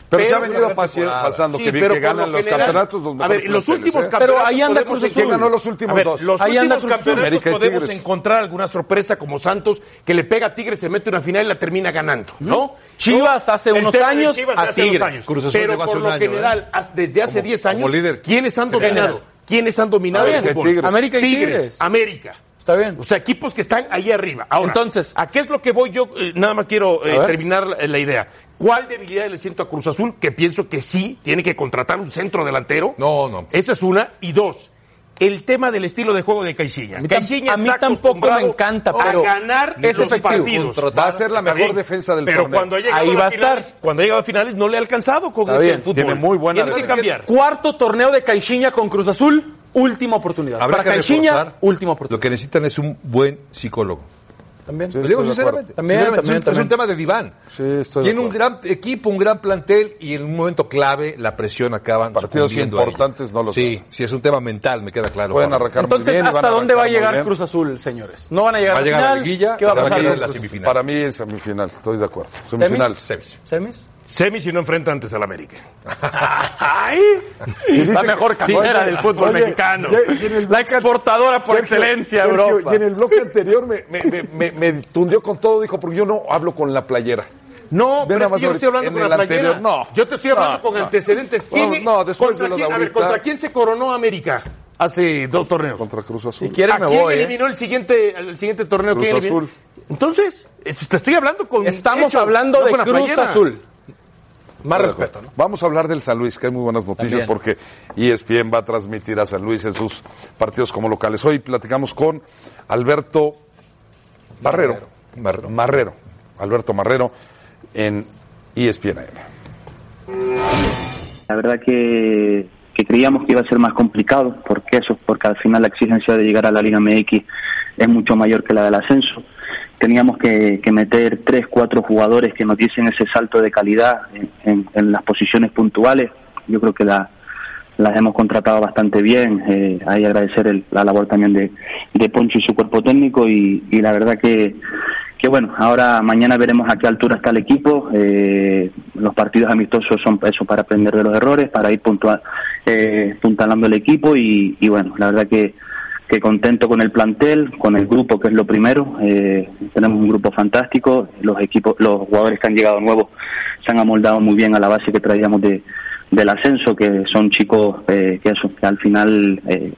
S2: Pero se ha
S4: pero-
S2: venido pasi- pasando
S4: Sí,
S2: que, vi
S4: pero
S2: que
S4: por lo
S2: ganan los
S4: general-
S2: campeonatos los
S4: A
S2: mejores
S4: ver, en los
S2: planteles,
S4: últimos
S2: ¿eh?
S4: campeonatos.
S3: Pero ahí anda
S4: podemos
S3: Cruz
S4: encontrar-
S3: Azul. ¿Quién
S2: ganó los últimos
S4: A ver,
S2: dos?
S4: Los
S3: Ahí anda
S4: últimos
S3: Cruz Azul.
S4: campeonatos
S2: América y
S4: podemos
S2: Tigres.
S4: encontrar alguna sorpresa como Santos que le pega a Tigres, se mete una final y la termina ganando, ¿no?
S3: Chivas
S4: No,
S3: hace
S4: el
S3: unos
S4: tema de
S3: años
S4: Chivas
S3: a
S4: hace unos
S3: Tigres.
S4: años.
S7: Cruz Azul
S4: Pero
S7: llegó hace
S4: por
S7: un
S4: lo
S7: año,
S4: general,
S7: ¿eh?
S4: as- desde hace
S7: Como-
S4: 10
S7: como
S4: años,
S7: líder.
S4: ¿quiénes han
S3: General.
S4: dominado? ¿Quiénes han dominado el
S2: América y
S4: fútbol?
S2: Tigres.
S3: América y
S4: Tigres, Ah,
S3: Tigres.
S4: América.
S3: Está bien.
S4: O sea, equipos que están ahí arriba. Ahora,
S3: Entonces-
S4: ¿a qué es lo que voy yo? Eh, nada más quiero eh,
S3: A ver.
S4: terminar la, la idea. ¿Cuál debilidad le siento a Cruz Azul? Que pienso que sí, tiene que contratar un centro delantero.
S7: No, no.
S4: Esa es una. Y dos, el tema del estilo de juego de Caixinha.
S3: A mí tam- a mí tampoco me
S4: acostumbrado
S3: encanta,
S4: a
S3: pero
S4: ganar
S3: es
S4: los
S3: efectivo.
S4: partidos.
S7: Contratar,
S2: Va a ser la
S4: Está
S2: mejor
S4: bien,
S2: defensa del
S4: pero
S2: torneo.
S4: Cuando ha llegado
S3: Ahí va a
S4: finales-
S3: estar.
S4: Cuando ha llegado a finales no le ha alcanzado con
S2: Está
S4: ese
S2: bien,
S4: el fútbol.
S2: tiene muy buena
S4: Tiene que
S2: defensa.
S4: cambiar.
S3: Cuarto torneo de Caixinha con Cruz Azul, última oportunidad.
S7: Habrá
S3: Para
S7: que
S3: Caixinha,
S7: reforzar.
S3: última
S7: Lo
S3: oportunidad.
S7: que necesitan es un buen psicólogo.
S3: También.
S7: Lo digo
S2: estoy de
S7: sinceramente.
S2: acuerdo.
S3: También,
S7: Sinceramente, es, un,
S3: también,
S7: es un tema de diván.
S2: Sí, estoy de
S7: Tiene un gran equipo, un gran plantel y en un momento clave la presión acaban
S2: Partidos
S7: sucumbiendo a ella.
S2: importantes no lo
S7: Sí,
S2: son.
S7: sí, es un tema mental, me queda claro.
S2: Pueden
S7: Pablo.
S2: arrancar muy
S3: Entonces,
S2: bien. y van
S3: ¿hasta dónde va a
S2: arrancar muy
S3: llegar
S2: bien.
S3: Cruz Azul, señores? No van a llegar
S7: Va a
S3: a la
S7: llegar a la
S3: final.
S7: liguilla,
S3: ¿Qué va a
S7: se va a
S3: pasar?
S7: quedar en la
S3: Cruz-
S7: semifinal.
S2: Para mí es semifinal, estoy de acuerdo. Semifinal.
S7: Semis.
S3: ¿Semis?
S4: Semi si no enfrenta antes al América.
S3: ¡Ay! La mejor carrera
S2: carrera
S3: del fútbol mexicano. La exportadora por excelencia,
S2: Sergio,
S3: Europa.
S2: Y en el bloque anterior me, me, me, me- me tundió con todo, dijo, porque yo no hablo con la playera.
S4: No,
S2: Ve
S4: pero
S2: nada
S4: es
S2: más
S4: que yo no estoy
S2: ahorita,
S4: hablando
S2: en
S4: con
S2: el
S4: la playera.
S2: anterior, no.
S4: Yo te estoy hablando
S2: No,
S4: con
S2: no.
S4: antecedentes. ¿Quién,
S2: Vamos, no, después
S4: contra
S2: de lo de
S4: quién, a ver,
S2: ahorita.
S4: ¿contra quién se coronó América hace dos torneos?
S2: Contra Cruz Azul.
S3: Si quieres
S4: ¿A
S3: me
S4: quién
S3: voy, ¿eh?
S4: eliminó el siguiente el siguiente torneo?
S2: Cruz
S4: ¿Quién eliminó?
S2: Azul.
S4: Entonces, es- te estoy hablando con
S3: Estamos
S4: hechos,
S3: hablando
S4: no
S3: de
S4: con la
S3: Cruz
S4: playera.
S3: Azul. Más
S2: Estoy de
S3: respeto,
S2: acuerdo.
S3: ¿no?
S2: Vamos a hablar del San Luis, que hay muy buenas noticias porque E ESPN va a transmitir a San Luis en sus partidos como locales. Hoy platicamos con Alberto Barrero. Marrero. Alberto Marrero en E ESPN AM.
S9: La verdad que, que creíamos que iba a ser más complicado, porque eso, porque al final la exigencia de llegar a la Liga MX es mucho mayor que la del ascenso. Teníamos que, que meter tres, cuatro jugadores que nos diesen ese salto de calidad en, en- en las posiciones puntuales. Yo creo que la- las hemos contratado bastante bien. Eh, hay que agradecer el- la labor también de, de Poncho y su cuerpo técnico y, y la verdad que, que bueno, ahora mañana veremos a qué altura está el equipo. Eh, los partidos amistosos son eso para aprender de los errores, para ir puntua- eh, puntalando el equipo y, y bueno, la verdad que, que contento con el plantel, con el grupo que es lo primero. Eh, tenemos un grupo fantástico, los equipos, los jugadores que han llegado nuevos se han amoldado muy bien a la base que traíamos de, del ascenso, que son chicos eh, que, eso, que al final eh,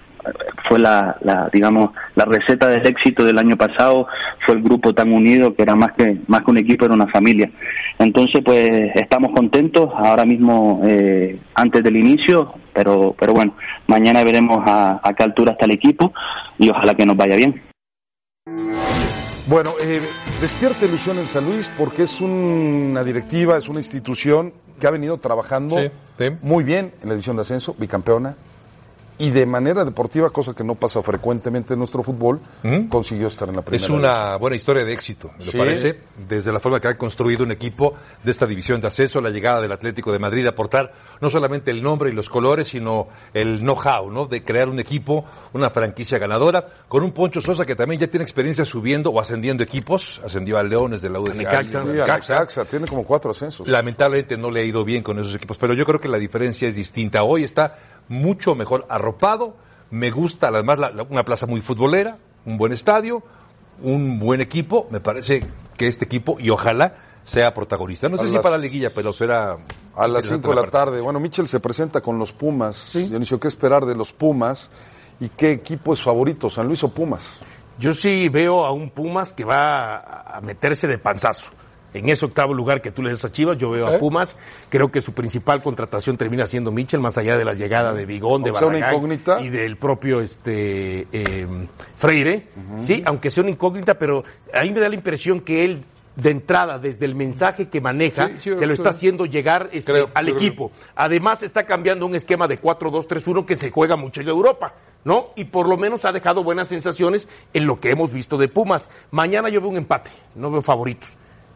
S9: fue la, la, digamos la receta del éxito del año pasado fue el grupo tan unido que era más que más que un equipo era una familia entonces pues estamos contentos ahora mismo eh, antes del inicio pero pero bueno mañana veremos a, a qué altura está el equipo y ojalá que nos vaya bien
S2: Bueno, eh, despierta ilusión en San Luis porque es una directiva, es una institución que ha venido trabajando
S7: Sí, sí.
S2: muy bien en la división de ascenso, bicampeona, y de manera deportiva, cosa que no pasa frecuentemente en nuestro fútbol,
S7: ¿Mm?
S2: consiguió estar en la primera.
S7: Es una buena historia de éxito, me
S2: Sí.
S7: parece, desde la forma que ha construido un equipo de esta división de acceso, la llegada del Atlético de Madrid, aportar no solamente el nombre y los colores, sino el know-how, ¿no? De crear un equipo, una franquicia ganadora, con un Poncho Sosa que también ya tiene experiencia subiendo o ascendiendo equipos, ascendió a Leones de la UDG.
S2: Necaxa,
S7: al
S2: Necaxa. tiene como cuatro ascensos.
S7: Lamentablemente no le ha ido bien con esos equipos, pero yo creo que la diferencia es distinta. Hoy está mucho mejor arropado, me gusta además la- la- una plaza muy futbolera, un buen estadio, un buen equipo. Me parece que este equipo, y ojalá sea protagonista. No
S2: A
S7: sé si
S2: las-
S7: para la liguilla, pero será...
S2: A las 5 de la
S7: parte.
S2: tarde. Bueno, Mitchell se presenta con los Pumas. Dionisio, ¿qué esperar de los Pumas? ¿Y qué equipo es favorito, San Luis o Pumas?
S4: Yo sí veo a un Pumas que va a a meterse de panzazo. En ese octavo lugar que tú le das a Chivas, yo veo a Pumas. Creo que su principal contratación termina siendo Mitchell, más allá de la llegada de Bigón, de
S2: Aunque sea una
S4: Barragán
S2: incógnita.
S4: y del propio este eh, Freire. Sí, aunque sea una incógnita, pero a mí me da la impresión que él de entrada, desde el mensaje que maneja,
S7: Sí, sí,
S4: se lo
S7: creo.
S4: está haciendo llegar este,
S7: Creo,
S4: al
S7: creo.
S4: equipo equipo. Además, está cambiando un esquema de 4-2-3-1 que se juega mucho en Europa, ¿no? Y por lo menos ha dejado buenas sensaciones en lo que hemos visto de Pumas. Mañana yo veo un empate, no veo favoritos.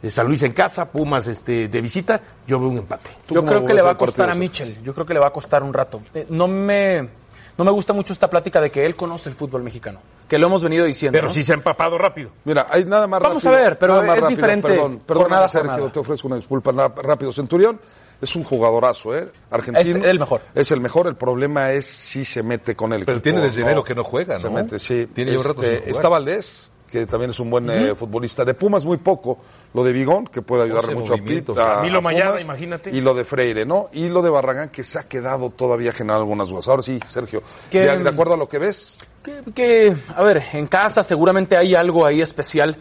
S4: Eh, San Luis en casa, Pumas este, de visita, yo veo un empate.
S3: Yo creo que le va a costar a
S2: partido,
S3: Mitchell. Yo creo que le va a costar un rato. Eh, no me no me gusta mucho esta plática de que él conoce el fútbol mexicano, que lo hemos venido diciendo.
S4: Pero
S3: ¿no?
S4: sí se ha empapado rápido.
S2: Mira, hay nada más
S3: Vamos
S2: rápido,
S3: a ver, pero
S2: nada más
S3: es diferente
S2: Perdón, perdóname,
S3: jornada a
S2: Sergio,
S3: jornada.
S2: te ofrezco una disculpa. Nada, rápido, Centurión es un jugadorazo, ¿eh? Argentino.
S3: Es el mejor.
S2: Es el mejor. El problema es si se mete con el
S7: Pero
S2: equipo
S7: tiene
S2: o
S7: desde enero que no juega,
S2: Se
S7: ¿no?
S2: mete, sí. Este,
S7: Tiene ya un rato sin jugar.
S2: Está Valdés, que también es un buen eh, futbolista. De Pumas muy poco. Lo de Vigón, que puede ayudarle
S7: Once
S2: mucho a
S7: movimientos.
S2: Pita.
S4: Camilo
S2: a
S4: Mayada,
S2: Pumas,
S4: imagínate.
S2: Y lo de Freire, ¿no? Y lo de Barragán, que se ha quedado todavía generando algunas dudas. Ahora sí, Sergio,
S3: Que-
S2: de, de acuerdo a lo que ves,
S3: que, que, a ver, en casa seguramente hay algo ahí especial.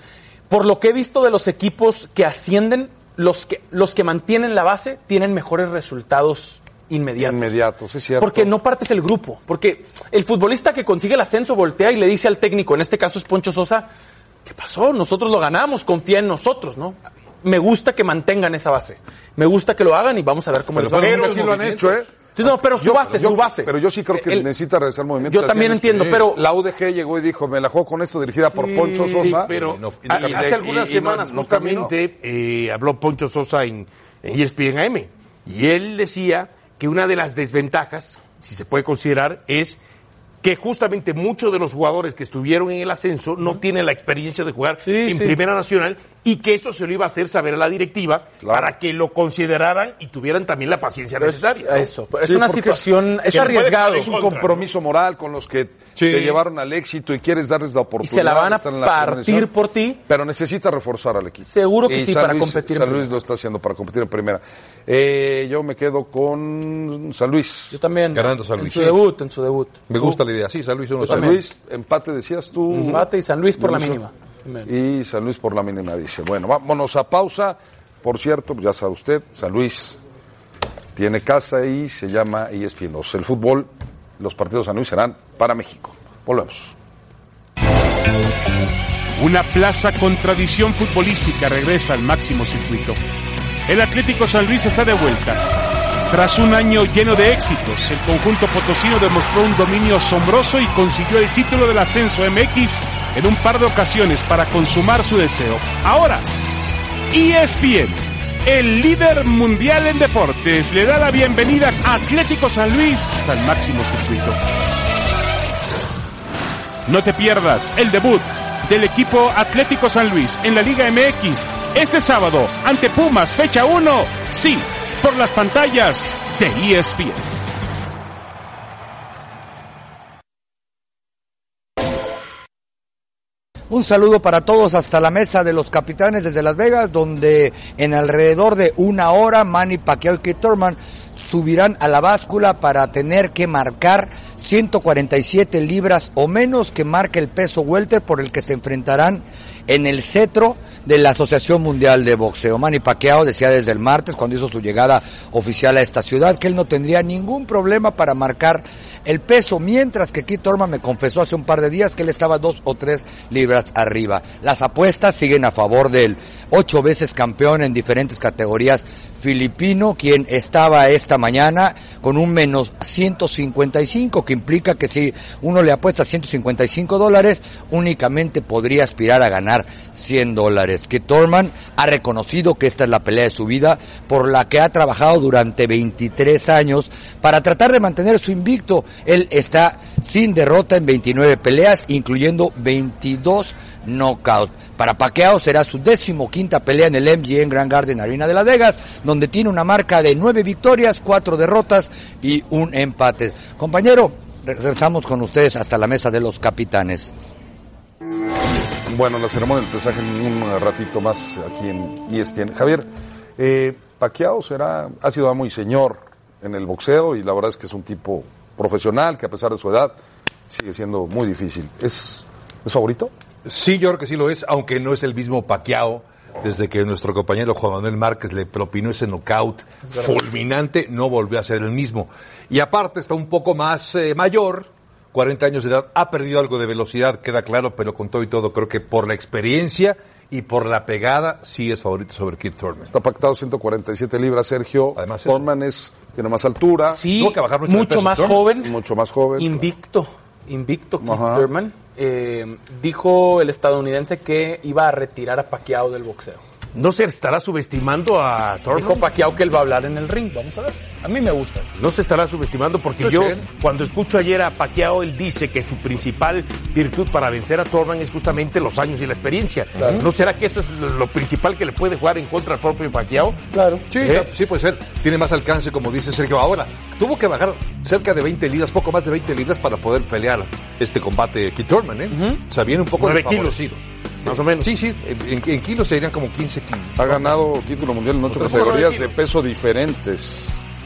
S3: Por lo que he visto de los equipos que ascienden, los que, los que mantienen la base tienen mejores resultados inmediatos.
S2: inmediato, sí, es cierto.
S3: Porque no partes el grupo. Porque el futbolista que consigue el ascenso voltea y le dice al técnico, en este caso es Poncho Sosa, ¿qué pasó? Nosotros lo ganamos, confía en nosotros, ¿no? Me gusta que mantengan esa base. Me gusta que lo hagan y vamos a ver cómo
S7: Pero
S3: les va.
S7: fueron
S2: Pero sí lo han hecho, ¿eh?
S3: Sí, No, pero su
S2: Yo-
S3: base,
S2: yo-
S3: su base.
S2: Pero yo sí creo que
S3: El-
S2: necesita regresar movimientos.
S3: Yo también
S2: hacia-
S3: entiendo, pero-
S2: La UDG llegó y dijo, me la juego con esto, dirigida por Poncho
S4: Sí,
S2: Sosa.
S4: pero
S7: y no- y
S4: ah,
S7: no-
S4: hace
S2: y-
S4: algunas
S2: y no-
S4: semanas
S2: no
S4: justamente eh, habló Poncho Sosa en, en E ESPN AM y él decía que una de las desventajas, si se puede considerar, es que justamente muchos de los jugadores que estuvieron en el ascenso no tienen la experiencia de jugar
S3: Sí,
S4: en
S3: sí.
S4: Primera Nacional y que eso se lo iba a hacer saber a la directiva
S2: Claro.
S4: para que lo consideraran y tuvieran también la paciencia necesaria. ¿no?
S3: Eso. Es
S2: Sí,
S3: una
S2: porque
S3: situación, es,
S4: que se puede
S3: arriesgado.
S4: parar en
S2: Es un compromiso moral con los que te llevaron al éxito y quieres darles la oportunidad.
S3: la van a
S2: de estar en primera
S3: partir
S2: división,
S3: por ti.
S2: Pero necesita reforzar al equipo.
S3: Seguro que
S2: Y
S3: sí,
S2: San
S3: para
S2: Luis-
S3: competir en
S2: San Luis
S3: primera.
S2: lo está haciendo para competir en primera. Eh, yo me quedo con San Luis.
S3: Yo también.
S7: Ganando San
S3: en
S7: Luis.
S3: su debut, en su debut.
S7: Me gusta la idea, sí, San Luis uno
S2: San
S7: sabe.
S2: Luis, empate decías tú.
S3: Mate y San Luis por la
S2: Dionisio.
S3: mínima. Amén.
S2: Y San Luis por la mínima dice. Bueno, vámonos a pausa. Por cierto, ya sabe usted, San Luis tiene casa y se llama ESPN 2. El fútbol, los partidos de San Luis serán para México. Volvemos.
S10: Una plaza con tradición futbolística regresa al máximo circuito. El Atlético San Luis está de vuelta. Tras un año lleno de éxitos, el conjunto potosino demostró un dominio asombroso y consiguió el título del ascenso MX en un par de ocasiones para consumar su deseo. Ahora, E ESPN, el líder mundial en deportes, le da la bienvenida a Atlético San Luis al máximo circuito. No te pierdas el debut del equipo Atlético San Luis en la Liga MX este sábado ante Pumas, fecha 1, sí, por las pantallas de E ESPN.
S11: Un saludo para todos hasta la mesa de los capitanes desde Las Vegas, donde en alrededor de una hora Manny Pacquiao y Keith Thurman subirán a la báscula para tener que marcar 147 libras o menos que marca el peso welter por el que se enfrentarán en el cetro de la Asociación Mundial de Boxeo. Manny Pacquiao decía desde el martes cuando hizo su llegada oficial a esta ciudad que él no tendría ningún problema para marcar el peso, mientras que Keith Thurman me confesó hace un par de días que él estaba dos o tres libras arriba. Las apuestas siguen a favor del ocho veces campeón en diferentes categorías filipino, quien estaba esta mañana con un menos 155, que implica que si uno le apuesta 155 dólares, únicamente podría aspirar a ganar 100 dólares. Que Torman ha reconocido que esta es la pelea de su vida, por la que ha trabajado durante 23 años para tratar de mantener su invicto. Él está sin derrota en 29 peleas, incluyendo 22 knockout. Para Pacquiao será su décimo quinta pelea en el MGM Grand Garden Arena de Las Vegas, donde tiene una marca de nueve victorias, cuatro derrotas y un empate. Compañero, regresamos con ustedes hasta la mesa de los capitanes.
S2: Bueno, la ceremonia del pesaje en un ratito más aquí en E ESPN. Javier, eh, Pacquiao será, ha sido muy señor en el boxeo y la verdad es que es un tipo profesional que a pesar de su edad sigue siendo muy difícil. ¿Es, es favorito?
S7: Sí, yo creo que sí lo es, aunque no es el mismo paqueado desde que nuestro compañero Juan Manuel Márquez le propinó ese knockout fulminante, no volvió a ser el mismo. Y aparte está un poco más eh, mayor, 40 años de edad, ha perdido algo de velocidad, queda claro, pero con todo y todo creo que por la experiencia y por la pegada sí es favorito sobre Keith Thurman.
S2: Está pactado 147 libras, Sergio. Además, Thorman es, tiene más altura.
S3: Sí,
S2: Tuvo que bajar
S3: mucho
S2: de peso,
S3: más
S2: Thurman.
S3: joven.
S2: Mucho más joven.
S3: Invicto, invicto Keith
S2: Ajá.
S3: Thurman. Eh, dijo el estadounidense que iba a retirar a Pacquiao del boxeo.
S4: ¿No se estará subestimando a Thurman?
S3: Dijo Pacquiao que él va a hablar en el ring. Vamos a ver. A mí me gusta este esto.
S4: No se estará subestimando porque
S3: Pues
S4: yo,
S3: sí.
S4: cuando escucho ayer a Paquiao, él dice que su principal virtud para vencer a Thorman es justamente los años y la experiencia.
S7: Claro.
S4: ¿No será que eso es lo lo principal que le puede jugar en contra al propio Paquiao?
S3: Claro.
S7: Sí, ¿Eh? sí puede ser. Tiene más alcance, como dice Sergio. Ahora, tuvo que bajar cerca de 20 libras, poco más de 20 libras, para poder pelear este combate Keith Thurman, ¿eh? O sea, viene un poco
S4: Nueve kilos,
S7: desfavorecido.
S4: más o menos.
S7: Sí, sí, en, en kilos serían como 15 kilos.
S2: Ha ganado título mundial en ocho
S7: Pues,
S2: categorías de
S7: bueno,
S2: peso diferentes.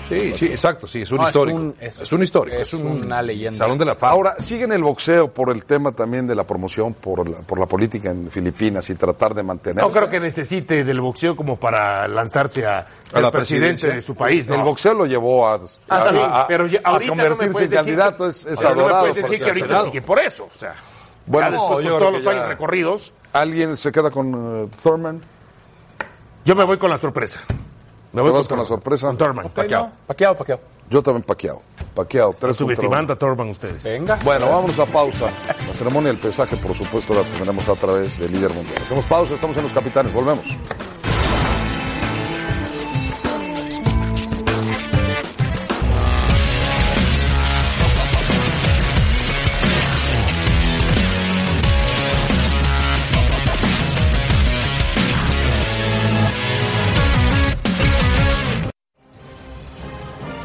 S7: Sí, sí, exacto, sí, Ah, es un
S3: No, es
S7: histórico.
S3: un-
S7: es,
S3: es-
S7: un histórico.
S3: es una leyenda.
S7: Salón de la fama.
S2: Ahora, siguen el boxeo por el tema también de la promoción, por la, por la política en Filipinas y tratar de mantener.
S4: No creo que necesite del boxeo como para lanzarse a ser
S7: la
S4: presidente
S7: presidencia.
S4: de su país.
S2: El
S4: ¿no?
S2: Pues, boxeo lo llevó a, a-
S4: Ah, sí,
S2: a- a-
S4: pero ya-
S2: a
S4: ahorita no me
S2: convertirse
S4: puedes
S2: en
S4: decir
S2: candidato.
S4: que-
S2: Es, es
S4: pero No
S2: adorado.
S4: me puedes decir que ahorita
S7: adorado.
S4: sí que por eso. O sea,
S2: Bueno,
S4: ya después
S7: yo
S4: con
S7: creo
S4: todos
S7: que
S4: los
S7: ya-
S4: años recorridos,
S2: ¿Alguien se queda con eh, Thurman?
S4: yo me voy con la sorpresa. Me
S2: ¿Te
S4: voy
S2: vas con la
S4: Thurman.
S2: sorpresa?
S4: Con Thurman.
S3: Pacquiao. Pacquiao, Pacquiao.
S2: Yo también paqueado. Paqueado. Tres contra
S4: Subestimando a Thurman ustedes.
S3: Venga.
S2: uno. Bueno, vámonos a pausa. La ceremonia del pesaje, por supuesto, la tendremos a través del líder mundial. Hacemos pausa, estamos en los capitanes, volvemos.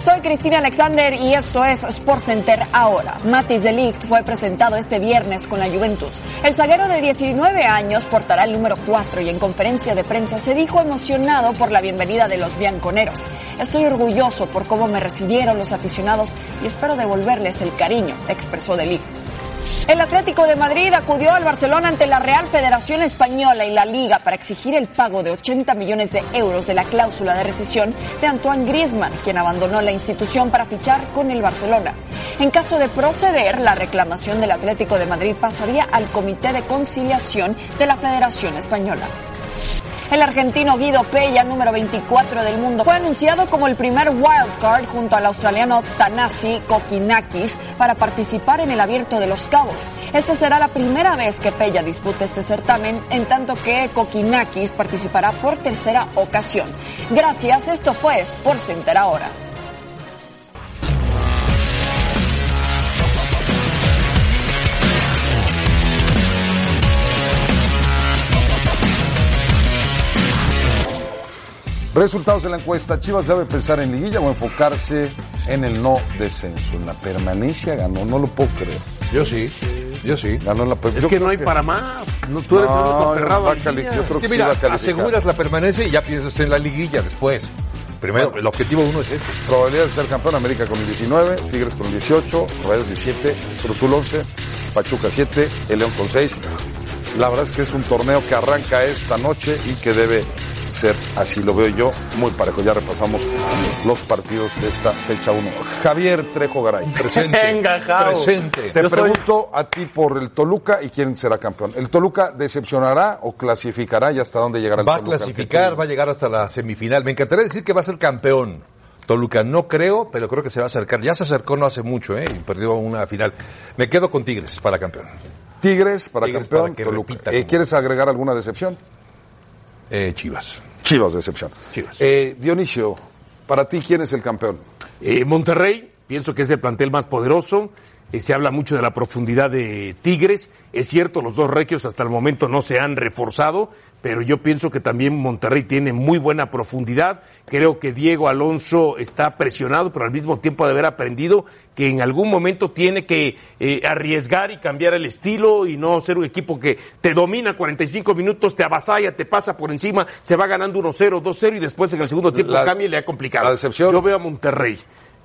S12: Soy Cristina Alexander y esto es Sports Center ahora. Matis Delict fue presentado este viernes con la Juventus. El zaguero de 19 años portará el número 4 y en conferencia de prensa se dijo emocionado por la bienvenida de los bianconeros. Estoy orgulloso por cómo me recibieron los aficionados y espero devolverles el cariño, expresó Delict. El Atlético de Madrid acudió al Barcelona ante la Real Federación Española y la Liga para exigir el pago de 80 millones de euros de la cláusula de rescisión de Antoine Griezmann, quien abandonó la institución para fichar con el Barcelona. En caso de proceder, la reclamación del Atlético de Madrid pasaría al Comité de Conciliación de la Federación Española. El argentino Guido Pella, número 24 del mundo, fue anunciado como el primer wildcard junto al australiano Tanasi Kokinakis para participar en el Abierto de los Cabos. Esta será la primera vez que Pella disputa este certamen, en tanto que Kokinakis participará por tercera ocasión. Gracias, esto fue Sports Center ahora.
S2: Resultados de la encuesta. Chivas debe pensar en liguilla o enfocarse en el no descenso. En la permanencia ganó, no lo puedo creer.
S7: Yo sí, yo sí.
S2: Ganó en la
S4: Es que no hay para más. No, tú eres
S2: No,
S4: el único
S2: no,
S4: aferrado
S2: va
S4: al
S2: a cali-
S4: día.
S2: yo creo
S7: Es que
S2: sí
S7: mira,
S2: va a calificar.
S7: aseguras la permanencia y ya piensas en la liguilla después. Primero, el objetivo uno es este.
S2: Probabilidad de ser campeón, América con el 19, Tigres con el 18, Rayos 17, Cruzul 11, Pachuca 7, el León con 6. La verdad es que es un torneo que arranca esta noche y que debe ser, así lo veo yo, muy parejo. Ya repasamos los partidos de esta fecha 1. Javier Trejo
S7: [LAUGHS]
S2: Garay. Presente.
S3: [LAUGHS] Venga, Jao.
S2: Presente. Te
S3: Yo soy-
S2: pregunto a ti por el Toluca y quién será campeón. ¿El Toluca decepcionará o clasificará y hasta dónde llegará el
S7: Va a
S2: Toluca?
S7: clasificar, va a llegar hasta la semifinal. Me encantaría decir que va a ser campeón. Toluca no creo, pero creo que se va a acercar. Ya se acercó no hace mucho, ¿eh? Y perdió una final. Me quedo con Tigres para campeón.
S2: Tigres para
S7: Tigres
S2: campeón.
S7: para que
S2: Toluca.
S7: repita
S2: Eh,
S7: como-
S2: ¿Quieres agregar alguna decepción?
S7: Eh, Chivas.
S2: Chivas, decepción. Eh, Dionisio, para ti, ¿quién es el campeón?
S4: Eh, Monterrey, pienso que es el plantel más poderoso. Eh, se habla mucho de la profundidad de Tigres. Es cierto, los dos regios hasta el momento no se han reforzado, pero yo pienso que también Monterrey tiene muy buena profundidad. Creo que Diego Alonso está presionado, pero al mismo tiempo ha de haber aprendido que en algún momento tiene que eh, arriesgar y cambiar el estilo y no ser un equipo que te domina 45 minutos, te avasalla, te pasa por encima, se va ganando 1-0, 2-0 y después en el segundo tiempo
S2: La-
S4: cambia y le ha complicado. Yo veo a Monterrey.